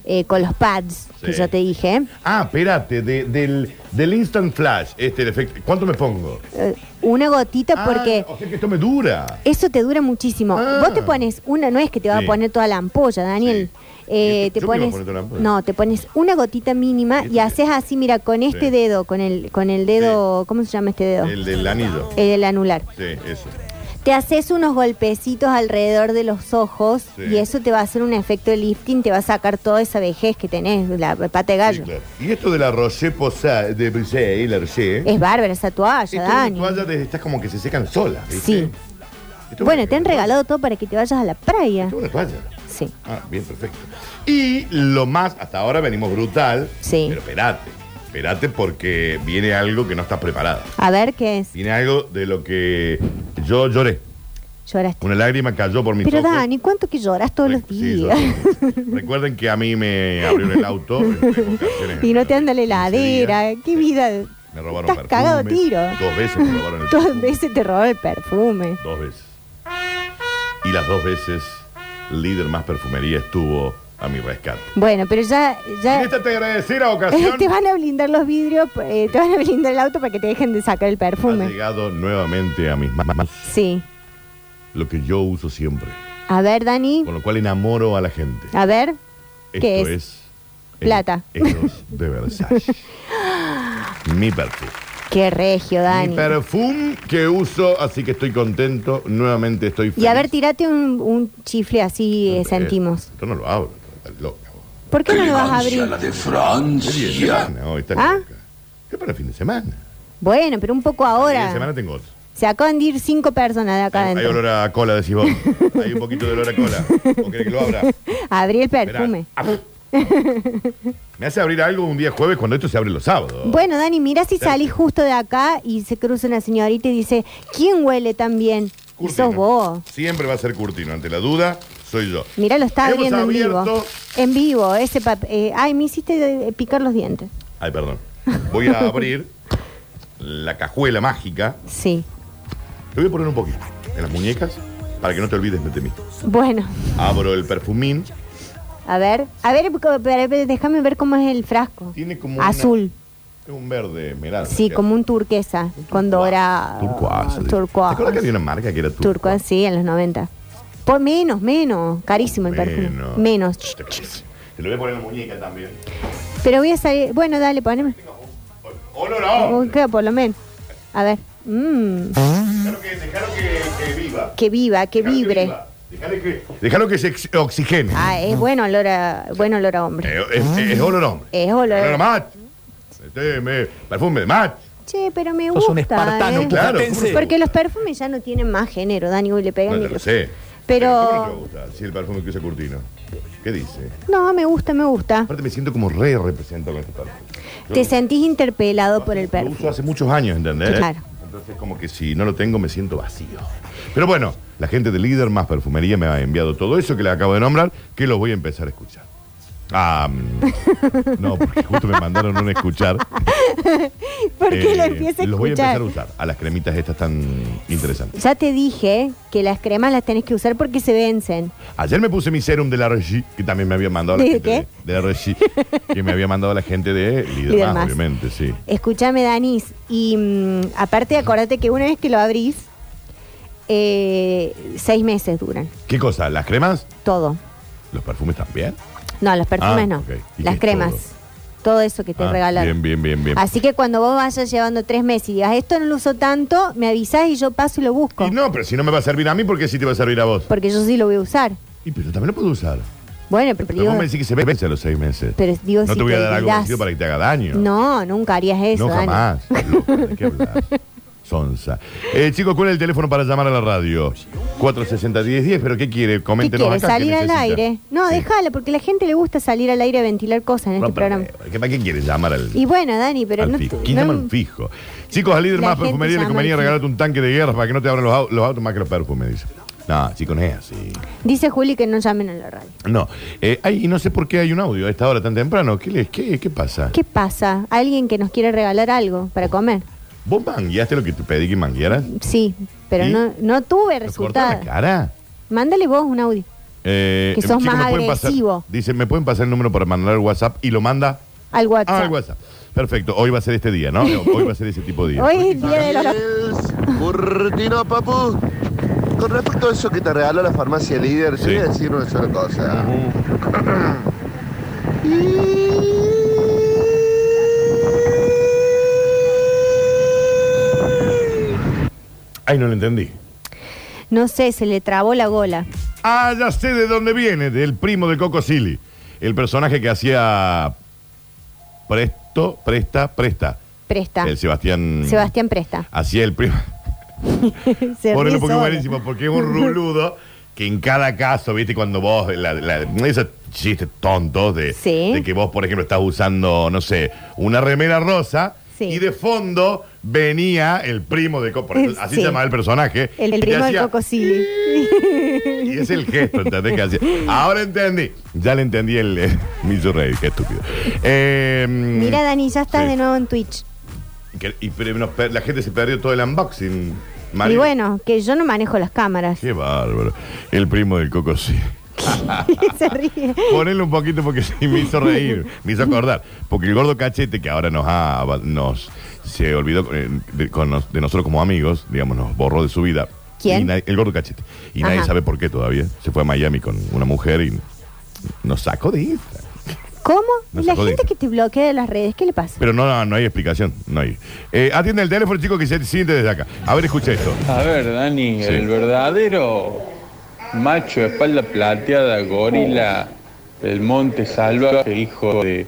Speaker 3: eh, con los pads que
Speaker 2: Sí.
Speaker 3: yo te dije.
Speaker 2: Ah, espérate, de- del, del Instant Flash, este el efecto. ¿Cuánto me pongo?
Speaker 3: Eh, una gotita
Speaker 2: Ah,
Speaker 3: porque
Speaker 2: O sea que esto me dura.
Speaker 3: eso te dura muchísimo.
Speaker 2: Ah.
Speaker 3: Vos te pones una, no es que te va
Speaker 2: Sí.
Speaker 3: a poner toda la ampolla, Daniel.
Speaker 2: Sí.
Speaker 3: Eh,
Speaker 2: Yo-
Speaker 3: te
Speaker 2: yo me iba a
Speaker 3: pones,
Speaker 2: poner toda la ampolla.
Speaker 3: no, te pones una gotita mínima
Speaker 2: Este-
Speaker 3: y haces así, mira, con este
Speaker 2: Sí.
Speaker 3: dedo, con el, con el dedo, ¿cómo se llama este dedo?
Speaker 2: El del anillo.
Speaker 3: El del anular.
Speaker 2: Sí, eso.
Speaker 3: Te haces unos golpecitos alrededor de los ojos
Speaker 2: Sí.
Speaker 3: y eso te va a hacer un efecto de lifting, te va a sacar toda esa vejez que tenés, la pata de gallo.
Speaker 2: Sí, claro. Y esto de la Roche Posay, de Brisé, la Roche.
Speaker 3: Es bárbara esa toalla,
Speaker 2: esto de
Speaker 3: Dani.
Speaker 2: toallas de estas como que se secan solas, ¿viste?
Speaker 3: Sí.
Speaker 2: Esto es
Speaker 3: Bueno,
Speaker 2: una-
Speaker 3: te han regalado todo para que te vayas a la playa.
Speaker 2: Esto es una toalla.
Speaker 3: Sí.
Speaker 2: Ah, bien, perfecto. Y lo más, hasta ahora venimos brutal.
Speaker 3: Sí.
Speaker 2: Pero espérate, espérate porque viene algo que no estás preparada.
Speaker 3: A ver qué es.
Speaker 2: Viene algo de lo que yo lloré.
Speaker 3: Lloraste.
Speaker 2: Una lágrima cayó por mis
Speaker 3: Pero
Speaker 2: ojos.
Speaker 3: Dani, ¿cuánto que lloras todos los
Speaker 2: Re- sí,
Speaker 3: días?
Speaker 2: yo- Recuerden que a mí me abrieron el auto. en ocasiones,
Speaker 3: y no te
Speaker 2: en
Speaker 3: anda la
Speaker 2: 15
Speaker 3: heladera.
Speaker 2: días.
Speaker 3: ¿Qué vida?
Speaker 2: Me robaron
Speaker 3: Estás
Speaker 2: perfume.
Speaker 3: cagado a tiro.
Speaker 2: Dos veces me robaron el
Speaker 3: Dos
Speaker 2: perfume.
Speaker 3: veces te robó el perfume.
Speaker 2: Dos veces. Y las dos veces, líder más perfumería estuvo a mi rescate.
Speaker 3: Bueno, pero ya,
Speaker 2: En
Speaker 3: ya
Speaker 2: esta te agradecida ocasión
Speaker 3: te van a blindar los vidrios, eh, te van a blindar el auto para que te dejen de sacar el
Speaker 2: ha
Speaker 3: perfume.
Speaker 2: llegado nuevamente a mis manos
Speaker 3: Sí.
Speaker 2: lo que yo uso siempre,
Speaker 3: A ver, Dani.
Speaker 2: con lo cual enamoro a la gente.
Speaker 3: A ver. Ah, ¿Qué
Speaker 2: Esto
Speaker 3: es?
Speaker 2: es,
Speaker 3: Plata.
Speaker 2: Eros de Versace. mi perfume.
Speaker 3: Qué regio,
Speaker 2: Mi
Speaker 3: Dani.
Speaker 2: perfume que uso, así que estoy contento. Nuevamente estoy feliz.
Speaker 3: Y a ver, tirate un, un chifle así, eh, sentimos.
Speaker 2: Esto no lo abro, estás loca. vos.
Speaker 3: ¿Por qué no lo vas a
Speaker 5: Elegancia,
Speaker 3: abrir?
Speaker 5: la de
Speaker 2: Es fin de
Speaker 5: Francia.
Speaker 2: semana hoy, estás
Speaker 3: ¿Ah?
Speaker 2: loca. Es para fin de semana.
Speaker 3: Bueno, pero un poco
Speaker 2: Fin de semana
Speaker 3: ahora.
Speaker 2: tengo otro.
Speaker 3: Se acaban de ir cinco personas de acá
Speaker 2: Hay, hay
Speaker 3: adentro.
Speaker 2: olor a cola, decís vos. Hay un poquito de olor a cola. ¿Vos querés que lo abra?
Speaker 3: Abrí el
Speaker 2: Verá.
Speaker 3: perfume.
Speaker 2: Ah, Me hace abrir algo un día jueves cuando esto se abre los sábados.
Speaker 3: Bueno, Dani, mira si salís justo de acá y se cruza una señorita y dice, ¿quién huele tan bien? Y
Speaker 2: Curtino.
Speaker 3: Sos vos.
Speaker 2: Siempre va a ser Curtino. Ante la duda, soy yo.
Speaker 3: Mira, lo está
Speaker 2: Hemos
Speaker 3: abriendo en vivo.
Speaker 2: abierto-
Speaker 3: En vivo, ese papel. ay, me hiciste eh, picar los dientes.
Speaker 2: Ay, perdón. Voy a abrir la cajuela mágica.
Speaker 3: Sí.
Speaker 2: Te voy a poner un poquito en las muñecas para que no te olvides de mí.
Speaker 3: Bueno,
Speaker 2: Abro el perfumín.
Speaker 3: a ver. A ver, co- pero, pero déjame ver cómo es el frasco.
Speaker 2: Tiene como una-
Speaker 3: Azul.
Speaker 2: Es un verde esmeralda.
Speaker 3: Sí, como un turquesa. Con dora.
Speaker 2: Turcoasa. ¿Te acuerdas que había una marca que era turco?
Speaker 3: Turco, sí, en los 90. Por menos, menos. Carísimo el perfume.
Speaker 2: Menos.
Speaker 3: Menos.
Speaker 2: Te lo voy a poner en la muñeca también.
Speaker 3: Pero voy a salir. Bueno, dale, poneme.
Speaker 2: Olor a
Speaker 3: Un
Speaker 2: hombre.
Speaker 3: que por lo menos. A ver. Mm,
Speaker 2: Dejalo que, dejalo que, que viva.
Speaker 3: que viva, que
Speaker 2: Dejalo
Speaker 3: vibre.
Speaker 2: viva. Dejalo que, dejalo que se ex- oxigene.
Speaker 3: Ah, es bueno olor a, bueno olor a hombre.
Speaker 2: Mm. Eh, es, es olor a hombre.
Speaker 3: Es olor a-
Speaker 2: a mat. Este, me- perfume de mat.
Speaker 3: Che, pero me
Speaker 5: Sos
Speaker 3: gusta.
Speaker 5: un espartano
Speaker 3: ¿eh?
Speaker 2: Claro.
Speaker 5: pujatense.
Speaker 3: Porque los perfumes ya no tienen más género, Dani, hoy le pegan
Speaker 2: No,
Speaker 3: ni
Speaker 2: ya lo
Speaker 3: los-
Speaker 2: sé. ¿Cómo no te va a
Speaker 3: Pero
Speaker 2: gustar si el perfume que usa Curtino? ¿Qué dice?
Speaker 3: no, me gusta, me gusta.
Speaker 2: Aparte me siento como re representado con este perfume. Yo
Speaker 3: Te
Speaker 2: lo-
Speaker 3: sentís interpelado por el
Speaker 2: Lo
Speaker 3: perfume.
Speaker 2: uso hace muchos años, ¿entendés?
Speaker 3: Claro.
Speaker 2: Entonces, como que si no lo tengo, me siento vacío. Pero bueno, la gente de Líder más Perfumería me ha enviado todo eso que le acabo de nombrar, que lo voy a empezar a escuchar. Ah, mm, no, porque justo me mandaron un escuchar.
Speaker 3: ¿Por qué
Speaker 2: Eh,
Speaker 3: lo empieza a
Speaker 2: Los voy a
Speaker 3: escuchar?
Speaker 2: empezar a usar, a las cremitas estas tan interesantes.
Speaker 3: Ya te dije que las cremas las tenés que usar porque se vencen.
Speaker 2: Ayer me puse mi serum de la Regi, que también me había mandado la
Speaker 3: ¿De
Speaker 2: gente
Speaker 3: qué?
Speaker 2: De, de la Regi, que me había mandado la gente de Líder,
Speaker 3: Líder
Speaker 2: más,
Speaker 3: Más.
Speaker 2: obviamente, sí.
Speaker 3: Escúchame, Danis, y mm, aparte acordate que una vez que lo abrís, eh, seis meses duran,
Speaker 2: ¿Qué cosa? ¿Las cremas?
Speaker 3: todo.
Speaker 2: ¿Los perfumes también?
Speaker 3: No, los perfumes
Speaker 2: Ah,
Speaker 3: no,
Speaker 2: ok. ¿Y
Speaker 3: las
Speaker 2: qué es todo?
Speaker 3: cremas, todo? eso que te
Speaker 2: Ah, Bien,
Speaker 3: regalaron.
Speaker 2: bien, bien, bien.
Speaker 3: Así que cuando vos vayas llevando tres meses y digas, esto no lo uso tanto, me avisás y yo paso y lo busco.
Speaker 2: Y no, pero si no me va a servir a mí, ¿por qué sí te va a servir a vos?
Speaker 3: Porque yo sí lo voy a usar.
Speaker 2: Y pero también lo puedo usar.
Speaker 3: Bueno, pero,
Speaker 2: Pero
Speaker 3: digo,
Speaker 2: vos me decís que se vence a los seis meses.
Speaker 3: pero digo,
Speaker 2: no
Speaker 3: si
Speaker 2: te voy a dar algo
Speaker 3: olvidás-
Speaker 2: vencido para que te haga daño.
Speaker 3: No, nunca harías eso,
Speaker 2: no
Speaker 3: Dani.
Speaker 2: jamás. Loca, ¿De qué hablas? Sonsa. Eh, chicos, ¿cuál es el teléfono para llamar a la radio? 460-1010, pero ¿qué quiere?
Speaker 3: ¿Qué
Speaker 2: Coméntenos
Speaker 3: quieres?
Speaker 2: acá. ¿qué
Speaker 3: ¿Salir al
Speaker 2: necesita?
Speaker 3: aire? No,
Speaker 2: Sí.
Speaker 3: déjala, porque a la gente le gusta salir al aire a ventilar cosas en
Speaker 2: No,
Speaker 3: este
Speaker 2: pero,
Speaker 3: programa.
Speaker 2: eh, ¿qué- ¿Para qué quieres llamar al,
Speaker 3: Y bueno, Dani, pero
Speaker 2: al
Speaker 3: no...
Speaker 2: fijo?
Speaker 3: te-
Speaker 2: ¿Quién
Speaker 3: no-
Speaker 2: llama al fijo? Chicos, al líder
Speaker 3: La
Speaker 2: más
Speaker 3: gente
Speaker 2: perfumería de la
Speaker 3: llama
Speaker 2: compañía,
Speaker 3: al
Speaker 2: regalate un tanque de guerra para que no te abran los, au- los autos más que los perfumes, dice. No, chicos, no es así.
Speaker 3: Dice Juli que no llamen a la radio.
Speaker 2: No, eh, hay- y no sé por qué hay un audio a esta hora tan temprano. ¿Qué, les, qué, qué pasa?
Speaker 3: ¿Qué pasa? ¿Alguien que nos quiere regalar algo para comer?
Speaker 2: ¿Vos mangueaste lo que te pedí que manguearas? ¿Nos
Speaker 3: Sí, pero
Speaker 2: ¿Y?
Speaker 3: no, no tuve
Speaker 2: cortás
Speaker 3: resultado.
Speaker 2: la cara?
Speaker 3: Mándale vos un audio.
Speaker 2: Eh,
Speaker 3: Que sos
Speaker 2: chicos,
Speaker 3: más
Speaker 2: ¿me pueden pasar-
Speaker 3: agresivo.
Speaker 2: dice, ¿me pueden pasar el número para mandar el WhatsApp? Y lo manda
Speaker 3: Al WhatsApp.
Speaker 2: al WhatsApp. Perfecto, hoy va a ser este día, ¿no? Hoy va a ser ese tipo de día.
Speaker 3: Hoy es el día de los...
Speaker 6: Curtino, papu. Con respecto a eso que te regaló la farmacia líder,
Speaker 2: Sí.
Speaker 6: yo voy a decir una sola cosa.
Speaker 2: Ay, no lo entendí.
Speaker 3: No sé, se le trabó la gola.
Speaker 2: Ah, ya sé de dónde viene, del primo de Coco Silly. El personaje que hacía Presto, Presta, Presta.
Speaker 3: Presta.
Speaker 2: El Sebastián.
Speaker 3: Sebastián Presta.
Speaker 2: Hacía el primo.
Speaker 3: Se
Speaker 2: Ponelo
Speaker 3: ríe
Speaker 2: porque es
Speaker 3: solo.
Speaker 2: buenísimo, porque es un ruludo que en cada caso, viste, cuando vos, la, la- esos chistes tontos de,
Speaker 3: Sí.
Speaker 2: de que vos, por ejemplo, estás usando, no sé, una remera rosa
Speaker 3: Sí.
Speaker 2: y de fondo venía el primo de Coco, por ejemplo, así
Speaker 3: Eh, Sí.
Speaker 2: se llamaba el personaje.
Speaker 3: El,
Speaker 2: y
Speaker 3: primo del
Speaker 2: hacía-
Speaker 3: Coco Silly.
Speaker 2: Y es el gesto, ¿entendés? Que hacía. Ahora entendí, ya le entendí el, eh, me hizo reír, qué estúpido. Eh, mm,
Speaker 3: Mira, Dani, ya estás
Speaker 2: sí.
Speaker 3: de nuevo en Twitch.
Speaker 2: Que- y, pero nos per- la gente se perdió todo el unboxing. Mario.
Speaker 3: Y bueno, que yo no manejo las cámaras.
Speaker 2: Qué bárbaro. El primo del Coco Silly. Ah.
Speaker 3: se ríe.
Speaker 2: Ponelo un poquito porque sí me hizo reír, me hizo acordar. Porque el gordo cachete que ahora nos ha, nos se olvidó eh, de, con nos- de nosotros como amigos, digamos, nos borró de su vida.
Speaker 3: ¿Quién?
Speaker 2: Y nadie- el gordo cachete. Y nadie
Speaker 3: Ajá.
Speaker 2: sabe por qué todavía. Se fue a Miami con una mujer y nos sacó de Instagram.
Speaker 3: ¿Cómo?
Speaker 2: No
Speaker 3: la
Speaker 2: sacó de
Speaker 3: gente
Speaker 2: Instagram.
Speaker 3: que te bloquea de las redes, ¿qué le pasa?
Speaker 2: Pero no, no, no hay explicación, no hay. Eh, atiende el teléfono, chico, que se siente desde acá. A ver, escucha esto.
Speaker 7: A ver, Dani,
Speaker 2: Sí.
Speaker 7: el verdadero macho, espalda plateada, gorila, el monte salvaje, hijo de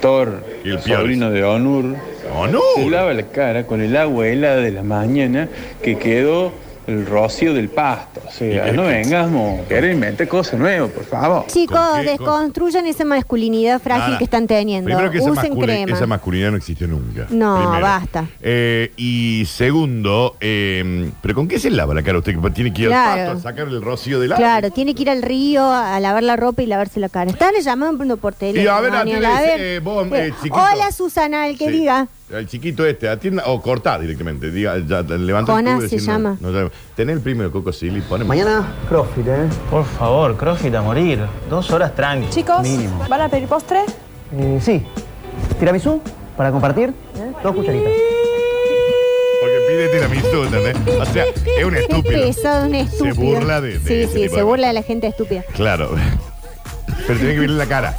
Speaker 7: Thor,
Speaker 2: Y el
Speaker 7: sobrino de Onur,
Speaker 2: ¡Oh, no!
Speaker 7: se lava la cara con el agua helada de la mañana que quedó el rocío del pasto. O sea,
Speaker 2: Y-
Speaker 7: no vengamos, querer inventar cosas nuevas, por favor.
Speaker 2: ¿Con
Speaker 3: Chicos,
Speaker 2: qué? Con-
Speaker 3: desconstruyan esa masculinidad frágil
Speaker 2: Nada.
Speaker 3: que están teniendo.
Speaker 2: Primero que esa,
Speaker 3: Usen
Speaker 2: masculi-
Speaker 3: crema.
Speaker 2: esa masculinidad no existió nunca.
Speaker 3: No,
Speaker 2: Primero.
Speaker 3: basta.
Speaker 2: Eh, y segundo, eh, ¿pero con qué se lava la cara usted? Que tiene que ir al
Speaker 3: Claro.
Speaker 2: pasto a sacar el rocío del agua.
Speaker 3: Claro, tiene que ir al río a lavar la ropa y lavarse la cara. Están llamando por teléfono.
Speaker 2: Y a ver,
Speaker 3: Daniel,
Speaker 2: atiende,
Speaker 3: a ver.
Speaker 2: eh, vos, eh, chiquito.
Speaker 3: Hola, Susana, el que
Speaker 2: Sí.
Speaker 3: diga.
Speaker 2: El chiquito este, atienda o cortá directamente. Diga, ya, levanta
Speaker 3: Jonás
Speaker 2: el culo y
Speaker 3: se
Speaker 2: decir, no,
Speaker 3: llama.
Speaker 2: No, llame. Tené el primo de Coco Silly, poneme.
Speaker 5: Crossfit, ¿eh?
Speaker 8: Por favor, CrossFit a morir. Dos horas tranqui.
Speaker 9: Chicos, ¿van a pedir postre?
Speaker 5: Eh, sí. Tiramisú para compartir. Dos cucharitas.
Speaker 2: Porque pide tiramisú, ¿entendés? O sea, es un
Speaker 3: Qué
Speaker 2: estúpido.
Speaker 3: pesado, un estúpido.
Speaker 2: burla de- de ese
Speaker 3: sí, sí,
Speaker 2: tipo
Speaker 3: se
Speaker 2: de-
Speaker 3: burla de la gente estúpida.
Speaker 2: Claro. Pero tiene que verle la cara.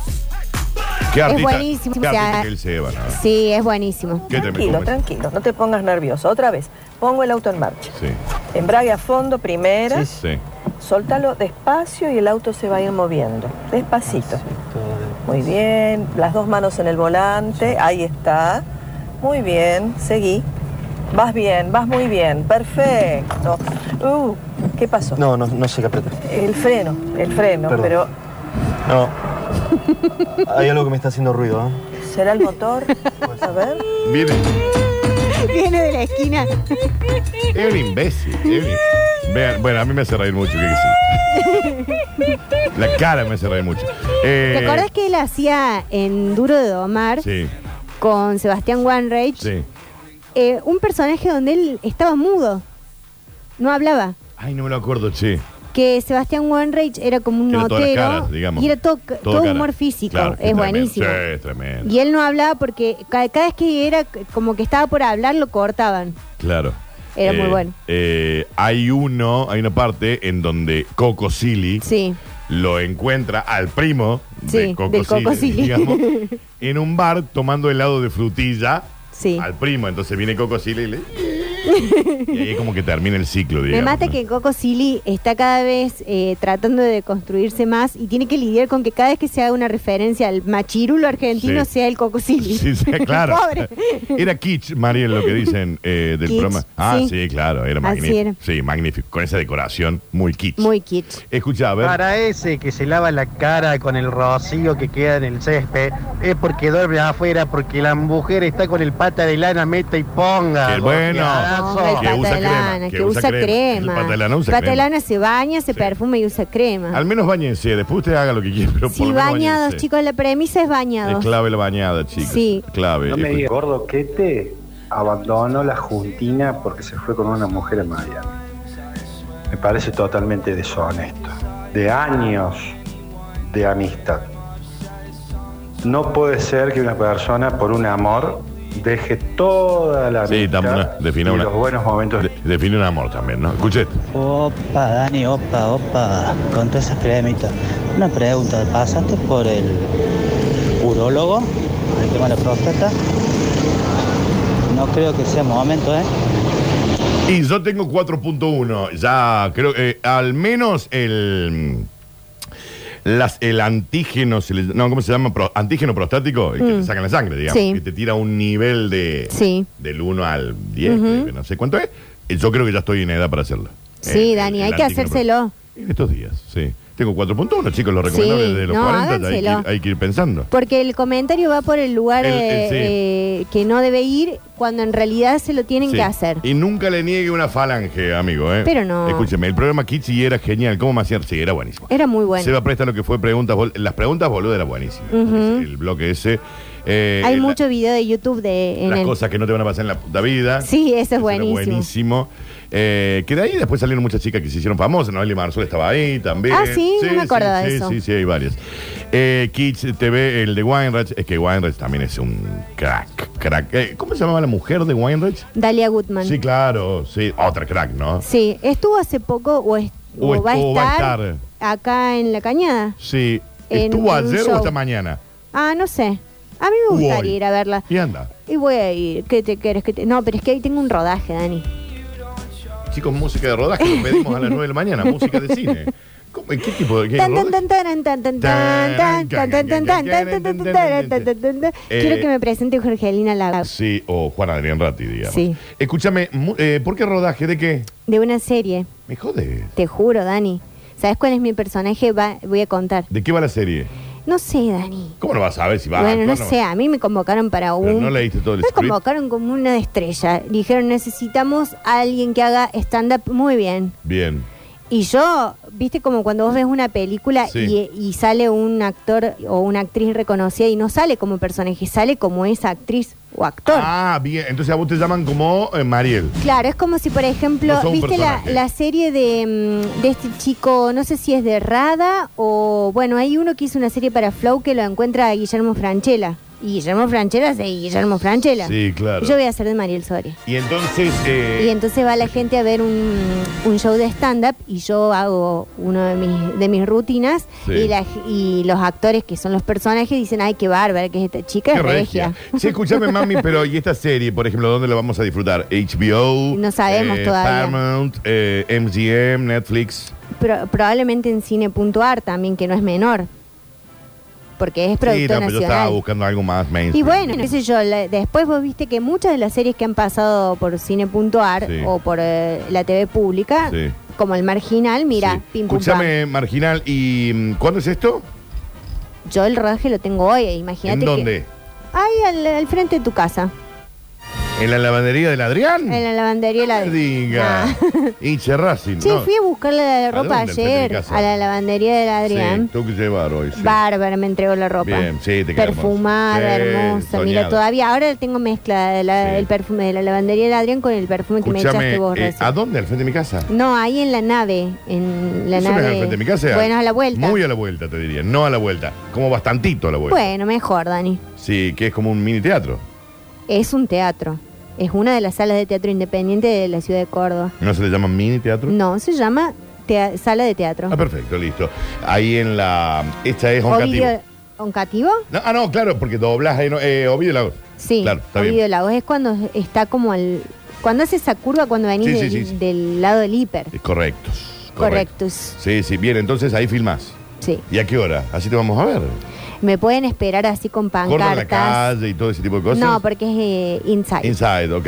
Speaker 2: Qué
Speaker 3: Es
Speaker 2: artista.
Speaker 3: buenísimo,
Speaker 2: Qué
Speaker 3: o sea,
Speaker 2: artista que él se va, nada.
Speaker 3: Sí, es buenísimo.
Speaker 2: ¿Qué te me
Speaker 9: Tranquilo,
Speaker 2: comes?
Speaker 9: tranquilo, no te pongas nervioso. Otra vez, pongo el auto en marcha.
Speaker 2: Sí,
Speaker 9: Embrague a fondo primera,
Speaker 2: sí.
Speaker 9: soltalo despacio y el auto se va a ir moviendo. Despacito. Muy bien, las dos manos en el volante, ahí está. Muy bien, seguí. Vas bien, vas muy bien, perfecto. Uh, ¿qué pasó?
Speaker 5: No, no, no sé qué apretar.
Speaker 9: El freno, el freno,
Speaker 5: Perdón.
Speaker 9: pero
Speaker 5: No. Hay algo que me está haciendo ruido, ¿eh?
Speaker 9: ¿será el motor? A ver.
Speaker 2: Viene.
Speaker 3: Viene de la esquina.
Speaker 2: Es un imbécil. es un im- Vean, bueno, a mí me hace reír mucho. ¿qué que sí? La cara me hace reír mucho. Eh,
Speaker 3: ¿Te acordás que él hacía en Duro de Domar
Speaker 2: Sí,
Speaker 3: con Sebastián Wanreich?
Speaker 2: sí.
Speaker 3: eh, un personaje donde él estaba mudo, no hablaba.
Speaker 2: Ay, no me lo acuerdo, che.
Speaker 3: Que Sebastián Wanreich era como un
Speaker 2: Que era todas las
Speaker 3: notero
Speaker 2: caras, digamos.
Speaker 3: y era todo, todo
Speaker 2: Todo cara.
Speaker 3: humor físico,
Speaker 2: Claro,
Speaker 3: es
Speaker 2: tremendo.
Speaker 3: buenísimo.
Speaker 2: Sí, es tremendo.
Speaker 3: Y él no hablaba porque ca- cada, vez que era c- como que estaba por hablar lo cortaban.
Speaker 2: Claro.
Speaker 3: Era muy
Speaker 2: Eh,
Speaker 3: bueno.
Speaker 2: eh, hay uno, hay una parte en donde Coco Silly
Speaker 3: Sí.
Speaker 2: lo encuentra al primo de
Speaker 3: Sí,
Speaker 2: Coco,
Speaker 3: del Coco
Speaker 2: Silly,
Speaker 3: Silly.
Speaker 2: digamos, en un bar tomando helado de frutilla
Speaker 3: Sí.
Speaker 2: al primo. Entonces viene Coco Silly y le... "Eh". Y ahí es como que termina el ciclo,
Speaker 3: Me
Speaker 2: digamos.
Speaker 3: mata
Speaker 2: ¿no?
Speaker 3: que Coco Silly está cada vez eh, tratando de construirse más y tiene que lidiar con que cada vez que se haga una referencia al machirulo argentino
Speaker 2: Sí.
Speaker 3: sea el Coco Silly.
Speaker 2: Sí, sí, claro.
Speaker 3: Pobre.
Speaker 2: Era kitsch, Mariel, lo que dicen eh, del
Speaker 3: Kitsch,
Speaker 2: programa. Ah, sí,
Speaker 3: sí.
Speaker 2: claro, era
Speaker 3: Así
Speaker 2: magnífico.
Speaker 3: era.
Speaker 2: Sí, magnífico. Con esa decoración, muy kitsch.
Speaker 3: Muy kitsch.
Speaker 2: Escucha, a ver.
Speaker 8: Para ese que se lava la cara con el rocío que queda en el césped, es porque duerme afuera, porque la mujer está con el pata de lana, meta y ponga.
Speaker 2: Qué bueno.
Speaker 8: golpeadazo.
Speaker 3: Ponga el
Speaker 2: Que
Speaker 3: pata
Speaker 2: usa
Speaker 3: de
Speaker 2: crema,
Speaker 3: lana,
Speaker 2: que
Speaker 3: que,
Speaker 2: usa
Speaker 3: usa
Speaker 2: crema.
Speaker 3: crema.
Speaker 2: El pata de lana usa
Speaker 3: El pata de
Speaker 2: crema.
Speaker 3: lana se baña, se
Speaker 2: Sí.
Speaker 3: perfuma y usa crema.
Speaker 2: Al menos bañense, después usted haga lo que quiera, pero por
Speaker 3: sí,
Speaker 2: lo menos
Speaker 3: bañados,
Speaker 2: báñense.
Speaker 3: chicos, la premisa es
Speaker 2: Es
Speaker 3: bañados.
Speaker 2: clave la bañada, chicos.
Speaker 3: Sí.
Speaker 2: Clave.
Speaker 10: No me
Speaker 2: Escucha.
Speaker 10: digas, gordo, que te abandonó la Juntina porque se fue con una mujer a Miami. Me parece totalmente deshonesto. De años de amistad. No puede ser que una persona, por un amor, deje toda la
Speaker 2: Sí,
Speaker 10: amistad
Speaker 2: tam- una- defina
Speaker 10: y
Speaker 2: una-
Speaker 10: los buenos momentos.
Speaker 2: De- define un amor también, ¿no? Escuche.
Speaker 8: Opa, Dani, opa, opa, con todas esas cremitas. Una pregunta, ¿pasaste por el urólogo, el tema de la próstata? No creo que sea momento, ¿eh?
Speaker 2: Y yo tengo 4.1. Ya creo que al menos el. Las, el antígeno, se le- no, ¿cómo se llama? Pro- antígeno prostático, el que te sacan la sangre, digamos,
Speaker 3: Mm. Sí.
Speaker 2: que te tira un nivel de
Speaker 3: Sí.
Speaker 2: del 1 al 10, que no sé cuánto es. Eh, Yo creo que ya estoy en edad para hacerlo. Eh,
Speaker 3: Sí, Dani, hay que
Speaker 2: antígeno
Speaker 3: hacérselo.
Speaker 2: prostático. En estos días, sí. Tengo 4.1, chicos, lo recomendable
Speaker 3: Sí,
Speaker 2: de los
Speaker 3: no,
Speaker 2: 40, ya hay que, ir-
Speaker 3: háganselo.
Speaker 2: hay que ir pensando.
Speaker 3: Porque el comentario va por el lugar
Speaker 2: El- el-
Speaker 3: eh,
Speaker 2: sí.
Speaker 3: eh, que no debe ir cuando en realidad se lo tienen
Speaker 2: Sí.
Speaker 3: que hacer.
Speaker 2: Y nunca le niegue una falange, amigo, ¿eh?
Speaker 3: Pero no.
Speaker 2: Escúcheme, el programa Kitsi era genial. ¿Cómo me hacían? Sí, era buenísimo.
Speaker 3: Era muy bueno.
Speaker 2: Se va a prestar lo que fue preguntas. bol- Las preguntas, boludo, era buenísimo. El bloque ese. Eh,
Speaker 3: Hay
Speaker 2: la-
Speaker 3: mucho video de YouTube de en
Speaker 2: Las
Speaker 3: el-
Speaker 2: cosas que no te van a pasar en la puta vida.
Speaker 3: Sí, eso es
Speaker 2: era
Speaker 3: buenísimo.
Speaker 2: buenísimo. Eh, que de ahí después salieron muchas chicas que se hicieron famosas. Noelia Marzol estaba ahí también.
Speaker 3: Ah, sí, no me acordaba
Speaker 2: sí,
Speaker 3: de
Speaker 2: sí,
Speaker 3: eso.
Speaker 2: Sí, sí, hay varias. Eh, Kids TV, el de Weinreich. Es que Weinreich también es un crack. crack. Eh, ¿Cómo se llamaba la mujer de Weinreich?
Speaker 3: Dalia Goodman.
Speaker 2: Sí,
Speaker 3: Sí.
Speaker 2: claro, sí. Otra crack, ¿no?
Speaker 3: estuvo hace poco o, es-
Speaker 2: O
Speaker 3: o va, a
Speaker 2: estuvo,
Speaker 3: estar
Speaker 2: va a estar.
Speaker 3: acá en La Cañada.
Speaker 2: Sí.
Speaker 3: En
Speaker 2: ¿Estuvo
Speaker 3: un
Speaker 2: ayer o
Speaker 3: show.
Speaker 2: esta mañana?
Speaker 3: Ah, no sé. A mí me
Speaker 2: Uy.
Speaker 3: gustaría ir a verla.
Speaker 2: Y anda.
Speaker 3: Y voy a ir. ¿Qué te quieres? que te... No, pero es que ahí tengo un rodaje, Dani.
Speaker 2: Chicos, música de rodaje, lo pedimos a las 9 de la mañana, música de cine. ¿Cómo ¿Cómo? ¿Qué tipo de.? Qué
Speaker 3: Tan, tan,
Speaker 2: rock?
Speaker 3: tan, taran, tan, tan, tan, tan, tan, tan, tan, tan, tan, tan, tan, tan, tan, tan, tan, tan.
Speaker 2: Eh,
Speaker 3: Quiero que me presente Jorgelina Lago
Speaker 2: Sí, o Juan Adrián Ratti, digamos.
Speaker 3: Sí.
Speaker 2: Escúchame, mu- eh, ¿por qué rodaje? ¿De qué?
Speaker 3: de una serie.
Speaker 2: Me jode.
Speaker 3: Te juro, Dani. ¿Sabes cuál es mi personaje? Va- voy a contar.
Speaker 2: ¿De qué va la serie?
Speaker 3: No sé, Dani.
Speaker 2: ¿Cómo no vas a ver si va a
Speaker 3: bueno, no
Speaker 2: actuar,
Speaker 3: sé, a mí me convocaron
Speaker 2: Pero
Speaker 3: para un...
Speaker 2: no leíste todo el
Speaker 3: me
Speaker 2: script.
Speaker 3: convocaron como una estrella. Dijeron, necesitamos a alguien que haga stand-up muy bien.
Speaker 2: Bien.
Speaker 3: Y yo, viste como cuando vos ves una película
Speaker 2: Sí.
Speaker 3: y, y sale un actor o una actriz reconocida y no sale como personaje, sale como esa actriz o actor.
Speaker 2: Ah, bien. Entonces a vos te llaman como eh, Mariel.
Speaker 3: Claro, es como si, por ejemplo,
Speaker 2: No sos un
Speaker 3: viste la,
Speaker 2: personaje.
Speaker 3: la serie de, mm, de este chico, no sé si es de Rada o, bueno, hay uno que hizo una serie para Flow que lo encuentra a Guillermo Franchella. Y Guillermo Franchella es de Guillermo Franchella.
Speaker 2: Sí, claro.
Speaker 3: Yo voy a ser de Mariel Soria.
Speaker 2: Y entonces. eh,
Speaker 3: Y entonces va la gente a ver un, un show de stand-up y yo hago una de mis, de mis rutinas
Speaker 2: Sí.
Speaker 3: y, la- y los actores que son los personajes dicen, ay, qué bárbara que es esta chica,
Speaker 2: qué
Speaker 3: es regia.
Speaker 2: Sí, escúchame, mami, pero ¿y esta serie, por ejemplo, dónde la vamos a disfrutar? HBO.
Speaker 3: No sabemos
Speaker 2: eh,
Speaker 3: todavía.
Speaker 2: Paramount, eh, MGM, Netflix.
Speaker 3: Pro- probablemente en cine.ar también, que no es menor, porque es
Speaker 2: sí,
Speaker 3: producto
Speaker 2: no, pero yo estaba
Speaker 3: nacional.
Speaker 2: buscando algo más mainstream.
Speaker 3: Y bueno, qué sé yo, la- después vos viste que muchas de las series que han pasado por cine.ar
Speaker 2: Sí.
Speaker 3: o por eh, la TV pública,
Speaker 2: Sí.
Speaker 3: como El Marginal, mira, pim pum pam.
Speaker 2: Escúchame, Marginal, ¿y mm, cuándo es esto?
Speaker 3: Yo el rodaje lo tengo hoy, e
Speaker 2: ¿En
Speaker 3: imagínate. que-
Speaker 2: dónde?
Speaker 3: Ahí al, al frente de tu casa,
Speaker 2: ¿En la lavandería del Adrián?
Speaker 3: en la lavandería. La...
Speaker 2: Hmm. No me diga.
Speaker 3: Ah.
Speaker 2: Hinche Racing,
Speaker 3: Che,
Speaker 2: ¿no?
Speaker 3: fui a buscar la, la ropa
Speaker 2: dónde? Al frente de mi
Speaker 3: ayer
Speaker 2: casa.
Speaker 3: a la lavandería del
Speaker 2: Sí,
Speaker 3: Adrián.
Speaker 2: tengo que llevar hoy. sí.
Speaker 3: Bárbara me entregó la ropa.
Speaker 2: Bien, sí, te queda
Speaker 3: Perfumada,
Speaker 2: hermoso. Sí,
Speaker 3: hermosa. Mira,
Speaker 2: soñada.
Speaker 3: todavía ahora la tengo mezcla de la-
Speaker 2: Sí.
Speaker 3: el perfume de la lavandería del Adrián con el perfume que me
Speaker 2: Escúchame,
Speaker 3: echaste vos
Speaker 2: eh,
Speaker 3: recién.
Speaker 2: ¿a dónde? ¿Al frente de mi casa?
Speaker 3: No, ahí en la nave, en la
Speaker 2: Eso no
Speaker 3: nave.
Speaker 2: es al frente de mi casa.
Speaker 3: Bueno, a la vuelta.
Speaker 2: Muy a la vuelta, te diría. No a la vuelta. Como bastantito a la vuelta.
Speaker 3: Bueno, mejor, Dani.
Speaker 2: Sí, que es como un mini teatro.
Speaker 3: Es un teatro. Es una de las salas de teatro independiente de la ciudad de Córdoba.
Speaker 2: ¿No se le llama mini teatro?
Speaker 3: No, se llama tea- sala de teatro.
Speaker 2: Ah, perfecto, listo. Ahí en la... Esta es Oncativo.
Speaker 3: Ovidio- ¿Oncativo?
Speaker 2: No, ah, no, claro, porque doblas ahí, ¿no? Eh, Ovidio Lago.
Speaker 3: Sí.
Speaker 2: Claro, está
Speaker 3: Ovidio
Speaker 2: bien.
Speaker 3: Lagos es cuando está como el. Cuando hace esa curva cuando venís
Speaker 2: Sí, sí,
Speaker 3: del,
Speaker 2: sí, sí.
Speaker 3: del lado del hiper.
Speaker 2: Eh, Correctos. correcto.
Speaker 3: Correctus.
Speaker 2: Sí, sí, bien, entonces ahí filmás.
Speaker 3: Sí.
Speaker 2: ¿Y a qué hora? Así te vamos a ver.
Speaker 3: Me pueden esperar así con
Speaker 2: Corta la
Speaker 3: pancartas.
Speaker 2: calle y todo ese tipo de cosas.
Speaker 3: No, porque es eh, inside.
Speaker 2: Inside, ok.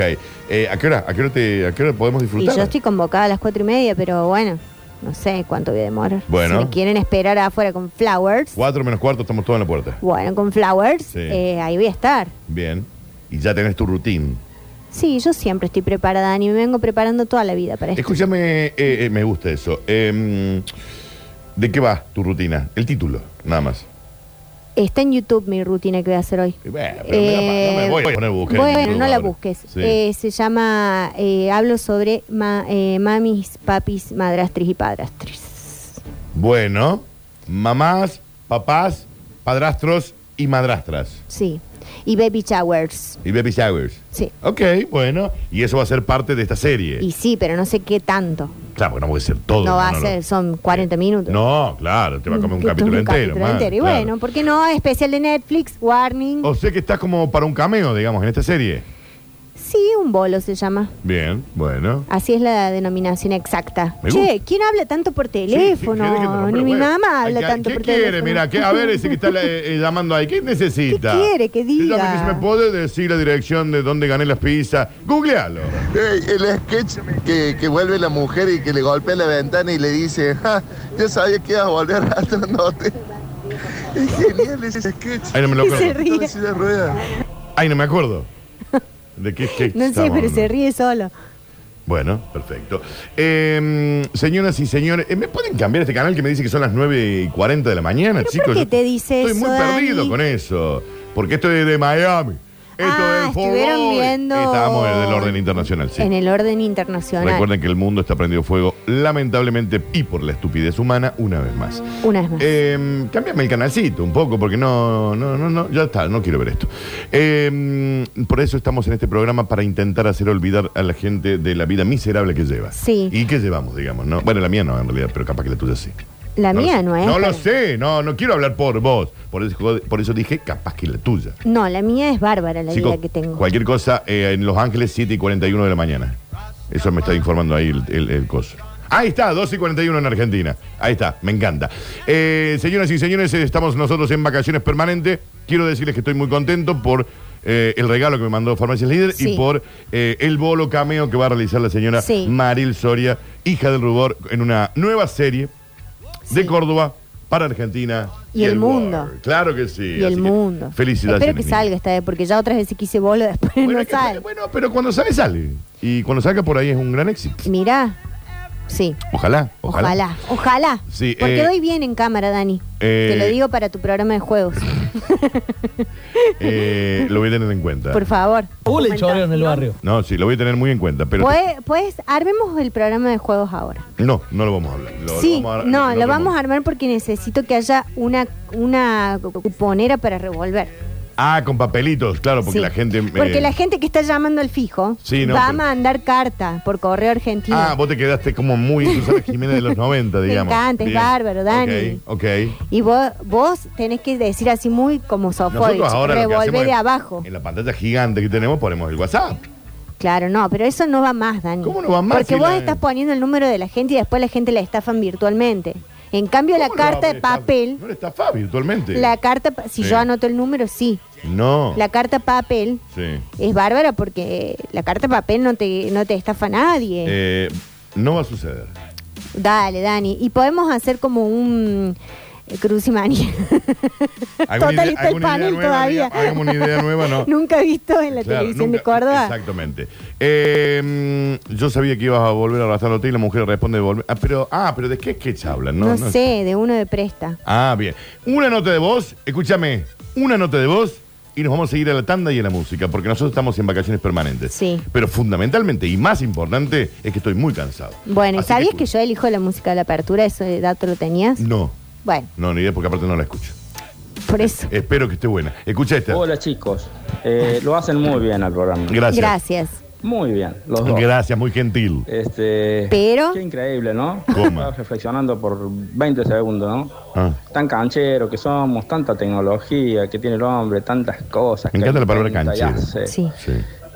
Speaker 2: Eh, ¿a, qué hora, a, qué hora te- a qué hora podemos
Speaker 3: Y
Speaker 2: disfrutar?
Speaker 3: yo estoy convocada a las cuatro y media, pero bueno, no sé cuánto voy a demorar.
Speaker 2: Bueno.
Speaker 3: Si me quieren esperar afuera con flowers,
Speaker 2: Cuatro menos cuarto, estamos todos en la puerta.
Speaker 3: bueno, con flowers,
Speaker 2: Sí.
Speaker 3: eh, ahí voy a estar.
Speaker 2: Bien. Y ya tenés tu rutina.
Speaker 3: Sí, yo siempre estoy preparada, ni me vengo preparando toda la vida para esto.
Speaker 2: Escúchame, eh, eh, me gusta eso. Em, ¿De qué va tu rutina? El título, nada más.
Speaker 3: Está en YouTube mi rutina que voy a hacer hoy.
Speaker 2: Eh, bueno, pero me la- no me voy a poner a buscar en
Speaker 3: Eh, Bueno,
Speaker 2: YouTube
Speaker 3: no la
Speaker 2: ahora.
Speaker 3: busques.
Speaker 2: Sí.
Speaker 3: Eh, se llama eh, Hablo sobre ma- eh, mamis, papis, madrastris y padrastris.
Speaker 2: Bueno, mamás, papás, padrastros y madrastras.
Speaker 3: Sí. Y baby showers.
Speaker 2: Y baby showers.
Speaker 3: Sí.
Speaker 2: Ok, bueno. Y eso va a ser parte de esta serie.
Speaker 3: Y sí, pero no sé qué tanto.
Speaker 2: Claro, porque no puede ser todo.
Speaker 3: no va a
Speaker 2: no, Eh,
Speaker 3: ser, son 40 minutos.
Speaker 2: No, claro, te va a comer un
Speaker 3: Que
Speaker 2: capítulo
Speaker 3: tuvo un
Speaker 2: entero.
Speaker 3: capítulo
Speaker 2: man,
Speaker 3: entero. Y
Speaker 2: claro. Oh.
Speaker 3: bueno, ¿por qué no? Especial de Netflix, Warning.
Speaker 2: O sea que estás como para un cameo, digamos, en esta serie.
Speaker 3: Sí, un bolo se llama.
Speaker 2: Bien, bueno.
Speaker 3: Así es la denominación exacta.
Speaker 2: Me
Speaker 3: che,
Speaker 2: gusta.
Speaker 3: ¿quién habla tanto por
Speaker 2: Sí, gente que te
Speaker 3: teléfono?
Speaker 2: rompe
Speaker 3: Ni
Speaker 2: los
Speaker 3: mi
Speaker 2: huevos.
Speaker 3: mamá
Speaker 2: Ay,
Speaker 3: habla
Speaker 2: ¿qué-
Speaker 3: tanto
Speaker 2: ¿Qué
Speaker 3: por
Speaker 2: quiere?
Speaker 3: teléfono.
Speaker 2: Mira, ¿qué? a ver ese que está eh, eh, llamando ahí. ¿Qué necesita?
Speaker 3: ¿Qué quiere que diga?
Speaker 2: Dígame si me puede decir la dirección de dónde gané las pizzas. Googlealo.
Speaker 6: Ey, el sketch que, que vuelve la mujer y que le golpea la ventana y le dice, ja, yo sabía que ibas a volver arrastrándote. Es genial ese sketch.
Speaker 2: Ahí no me lo
Speaker 3: Y se
Speaker 2: acuerdo.
Speaker 3: ríe.
Speaker 6: Todo en silla de ruedas.
Speaker 2: Ahí no me acuerdo. ¿De qué sketch
Speaker 3: No sé,
Speaker 2: estamos
Speaker 3: pero
Speaker 2: hablando?
Speaker 3: se ríe solo.
Speaker 2: Bueno, perfecto. Eh, señoras y señores, eh, ¿me pueden cambiar este canal que me dice que son las 9 y 40 de la mañana,
Speaker 3: ¿Pero
Speaker 2: chicos?
Speaker 3: por qué
Speaker 2: Yo
Speaker 3: te dice
Speaker 2: Estoy
Speaker 3: eso,
Speaker 2: muy
Speaker 3: Dani?
Speaker 2: perdido con eso. Porque esto es de Miami. Esto
Speaker 3: Ah,
Speaker 2: es Fort
Speaker 3: estuvieron
Speaker 2: Lauderdale.
Speaker 3: viendo-
Speaker 2: Estamos en el orden internacional, sí.
Speaker 3: En el orden internacional.
Speaker 2: Recuerden que el mundo está prendido fuego, lamentablemente, y por la estupidez humana, una vez más.
Speaker 3: Una vez más.
Speaker 2: Eh, cámbiame el canalcito un poco, porque no, no, no, no, ya está, no quiero ver esto. Eh, por eso estamos en este programa para intentar hacer olvidar a la gente de la vida miserable que lleva.
Speaker 3: Sí.
Speaker 2: ¿Y qué llevamos, digamos? ¿no? Bueno, la mía no, en realidad, pero capaz que la tuya sí.
Speaker 3: la
Speaker 2: No lo
Speaker 3: mía
Speaker 2: sé.
Speaker 3: no es.
Speaker 2: No lo
Speaker 3: para-
Speaker 2: sé, no, no quiero hablar por vos. Por eso, por eso dije, capaz que la tuya.
Speaker 3: No, la mía es bárbara la
Speaker 2: Chicos,
Speaker 3: vida que tengo.
Speaker 2: cualquier cosa, eh, en Los Ángeles, 7 y 41 de la mañana. Eso me está informando ahí el, el, el coso. Ahí está, 12 y 41 en Argentina. Ahí está, me encanta. Eh, señoras y señores, eh, estamos nosotros en vacaciones permanentes. Quiero decirles que estoy muy contento por eh, el regalo que me mandó Farmacias Líder
Speaker 3: Sí.
Speaker 2: y por eh, el bolo cameo que va a realizar la señora
Speaker 3: Sí.
Speaker 2: Maril Soria, hija del rubor, en una nueva serie de Córdoba para Argentina
Speaker 3: Y el mundo.
Speaker 2: World. Claro que sí.
Speaker 3: y el
Speaker 2: así que
Speaker 3: mundo.
Speaker 2: Felicidades.
Speaker 3: Espero que
Speaker 2: nene.
Speaker 3: salga esta vez, porque ya otras veces quise bolo, después no sale.
Speaker 2: No, pero cuando sale, sale. Y cuando salga por ahí es un gran éxito.
Speaker 3: Mirá, sí,
Speaker 2: Ojalá, ojalá.
Speaker 3: ojalá, ojalá.
Speaker 2: Sí,
Speaker 3: porque
Speaker 2: eh,
Speaker 3: doy bien en cámara, Dani. Te lo
Speaker 2: eh,
Speaker 3: digo para tu programa de juegos.
Speaker 2: Eh, lo voy a tener en cuenta.
Speaker 3: Por favor.
Speaker 11: le chorean en el barrio.
Speaker 2: No, sí, lo voy a tener muy en cuenta, pero
Speaker 3: Pues, pues armemos el programa de juegos ahora.
Speaker 2: no, no lo vamos a hablar. Lo-
Speaker 3: sí,
Speaker 2: lo vamos a-
Speaker 3: no, lo vamos a armar porque necesito que haya una, una cuponera para revolver.
Speaker 2: Ah, con papelitos, claro, porque
Speaker 3: Sí.
Speaker 2: la gente eh,
Speaker 3: Porque la gente que está llamando al fijo
Speaker 2: Sí, no,
Speaker 3: va a
Speaker 2: pero-
Speaker 3: mandar carta por correo argentino.
Speaker 2: Ah, vos te quedaste como muy Susana Jiménez de los 90,
Speaker 3: Me
Speaker 2: digamos.
Speaker 3: encanta, es
Speaker 2: Bien.
Speaker 3: bárbaro, Dani.
Speaker 2: Ok, ok.
Speaker 3: Y vos, vos tenés que decir así muy como Sofovich,
Speaker 2: Nosotros ahora lo que hacemos
Speaker 3: revolver
Speaker 2: es-
Speaker 3: de abajo.
Speaker 2: En la pantalla gigante que tenemos ponemos el WhatsApp.
Speaker 3: Claro, no, pero eso no va más, Dani. ¿Cómo
Speaker 2: no va más
Speaker 3: Porque
Speaker 2: si
Speaker 3: vos
Speaker 2: la-
Speaker 3: estás poniendo el número de la gente y después la gente la estafan virtualmente. En cambio, la
Speaker 2: ¿Cómo lo va a
Speaker 3: carta de
Speaker 2: haber estafado?
Speaker 3: papel,
Speaker 2: No le estafa virtualmente.
Speaker 3: la carta, pa- si
Speaker 2: Sí.
Speaker 3: yo anoto el número, sí.
Speaker 2: No.
Speaker 3: La carta papel
Speaker 2: Sí.
Speaker 3: es bárbara porque eh, la carta papel no te, no te estafa nadie.
Speaker 2: Eh, no va a suceder.
Speaker 3: Dale, Dani. Y podemos hacer como un eh, crucimanía.
Speaker 2: ¿Alguna idea-
Speaker 3: Totalista
Speaker 2: alguna
Speaker 3: el
Speaker 2: idea
Speaker 3: panel
Speaker 2: nueva,
Speaker 3: todavía.
Speaker 2: diga? Hagamos una idea nueva, no.
Speaker 3: Nunca visto en la
Speaker 2: Claro,
Speaker 3: televisión
Speaker 2: nunca-
Speaker 3: de Córdoba.
Speaker 2: Exactamente. Eh, mm, yo sabía que ibas a volver a arrastrarlote y la mujer responde de volver. Ah, pero, ah, pero ¿de qué sketch hablan? No,
Speaker 3: no,
Speaker 2: no-
Speaker 3: sé, de uno de presta.
Speaker 2: Ah, bien. Una nota de voz, escúchame, una nota de voz y nos vamos a ir a la tanda y a la música, porque nosotros estamos en vacaciones permanentes.
Speaker 3: Sí.
Speaker 2: Pero fundamentalmente y más importante es que estoy muy cansado.
Speaker 3: Bueno,
Speaker 2: Así
Speaker 3: ¿sabías
Speaker 2: que
Speaker 3: que, yo elijo la música de la apertura? ¿Ese dato lo tenías?
Speaker 2: No,
Speaker 3: Bueno,
Speaker 2: no, ni idea, porque aparte no la escucho.
Speaker 3: por eso.
Speaker 2: Espero que esté buena. Escucha esta.
Speaker 12: Hola chicos, Eh, lo hacen muy bien al programa.
Speaker 2: Gracias. Eh,
Speaker 3: Gracias.
Speaker 12: Muy bien, los dos.
Speaker 2: Gracias, muy gentil.
Speaker 12: Este,
Speaker 3: Pero-
Speaker 12: Qué increíble, ¿no?
Speaker 2: Coma.
Speaker 12: Estaba reflexionando por 20 segundos, ¿no?
Speaker 2: Ah.
Speaker 12: Tan canchero que somos, tanta tecnología que tiene el hombre, tantas cosas.
Speaker 2: Me
Speaker 12: que
Speaker 2: encanta la palabra
Speaker 12: inventa y
Speaker 2: canchero.
Speaker 12: hace.
Speaker 2: Sí.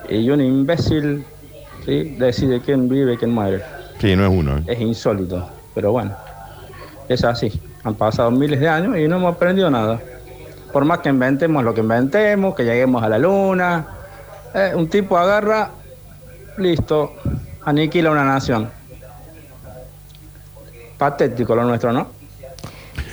Speaker 12: Y un imbécil ¿sí? decide quién vive y quién muere.
Speaker 2: Sí, no es uno. ¿eh?
Speaker 12: Es insólito, pero bueno, es así. Han pasado miles de años y no hemos aprendido nada. Por más que inventemos lo que inventemos, que lleguemos a la luna, eh, un tipo agarra, listo, aniquila una nación. Patético lo nuestro, ¿no?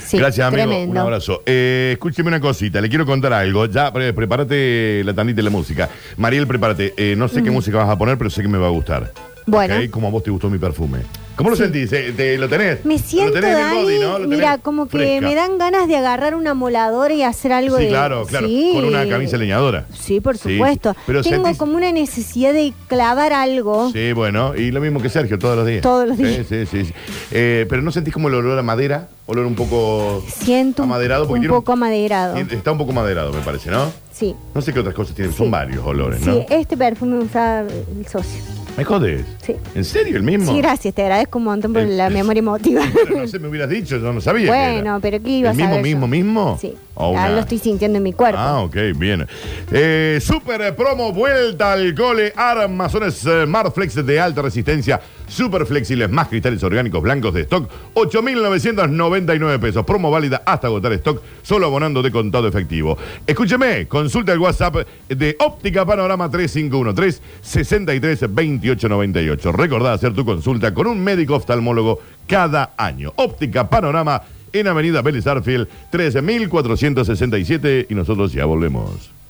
Speaker 3: Sí,
Speaker 2: Gracias, amigo.
Speaker 3: tremendo.
Speaker 2: Un abrazo. Eh, escúcheme una cosita, le quiero contar algo. Ya, pre- prepárate la tandita y la música. Mariel, prepárate. Eh, no sé qué
Speaker 3: Ujú.
Speaker 2: música vas a poner, pero sé que me va a gustar.
Speaker 3: Bueno.
Speaker 2: ¿Ok? Como a vos te gustó mi perfume. ¿Cómo lo sentís? Eh, te- ¿Lo tenés?
Speaker 3: Me siento,
Speaker 2: Lo tenés en el
Speaker 3: Dani,
Speaker 2: body, ¿no? Lo tenés
Speaker 3: mira, como que
Speaker 2: fresca.
Speaker 3: me dan ganas de agarrar una moladora y hacer algo
Speaker 2: Sí,
Speaker 3: de...
Speaker 2: claro, claro.
Speaker 3: Sí.
Speaker 2: Con una camisa leñadora.
Speaker 3: Sí, por
Speaker 2: Sí,
Speaker 3: supuesto.
Speaker 2: sí. Pero
Speaker 3: Tengo
Speaker 2: sentís-
Speaker 3: como una necesidad de clavar algo.
Speaker 2: Sí, bueno, y lo mismo que Sergio, todos los días.
Speaker 3: Oh. Todos los días.
Speaker 2: Sí, sí, sí. sí. Eh, pero ¿no sentís como el olor a madera? Olor un poco...
Speaker 3: Siento un,
Speaker 2: Amaderado, porque
Speaker 3: un
Speaker 2: tiene un-
Speaker 3: poco amaderado.
Speaker 2: Está un poco maderado, me parece, ¿no?
Speaker 3: Sí.
Speaker 2: No sé qué otras cosas tienen. Son varios olores, ¿no?
Speaker 3: Sí, este perfume usa el socio.
Speaker 2: ¿Me jodés?
Speaker 3: Sí.
Speaker 2: ¿En serio el mismo?
Speaker 3: Sí, gracias, te agradezco un montón por
Speaker 2: El-
Speaker 3: la memoria emotiva.
Speaker 2: Pero no sé, me hubieras dicho, yo no sabía. que era.
Speaker 3: bueno, pero ¿qué ibas
Speaker 2: ¿El
Speaker 3: a
Speaker 2: mismo,
Speaker 3: ver yo?
Speaker 2: mismo, mismo?
Speaker 3: Sí.
Speaker 2: O
Speaker 3: Ah,
Speaker 2: una-
Speaker 3: lo estoy sintiendo en mi cuerpo.
Speaker 2: Ah, ok, bien. Eh, super promo, vuelta al cole, armazones eh, Marflex de alta resistencia, super flexibles, más cristales orgánicos blancos de stock, 8.999 pesos. Promo válida hasta agotar stock, solo abonando de contado efectivo. Escúcheme, consulta el WhatsApp de Óptica Panorama 3513 632898 Recordá hacer tu consulta con un médico oftalmólogo cada año. Óptica Panorama en Avenida Vélez Arfiel, 13.467 y nosotros ya volvemos.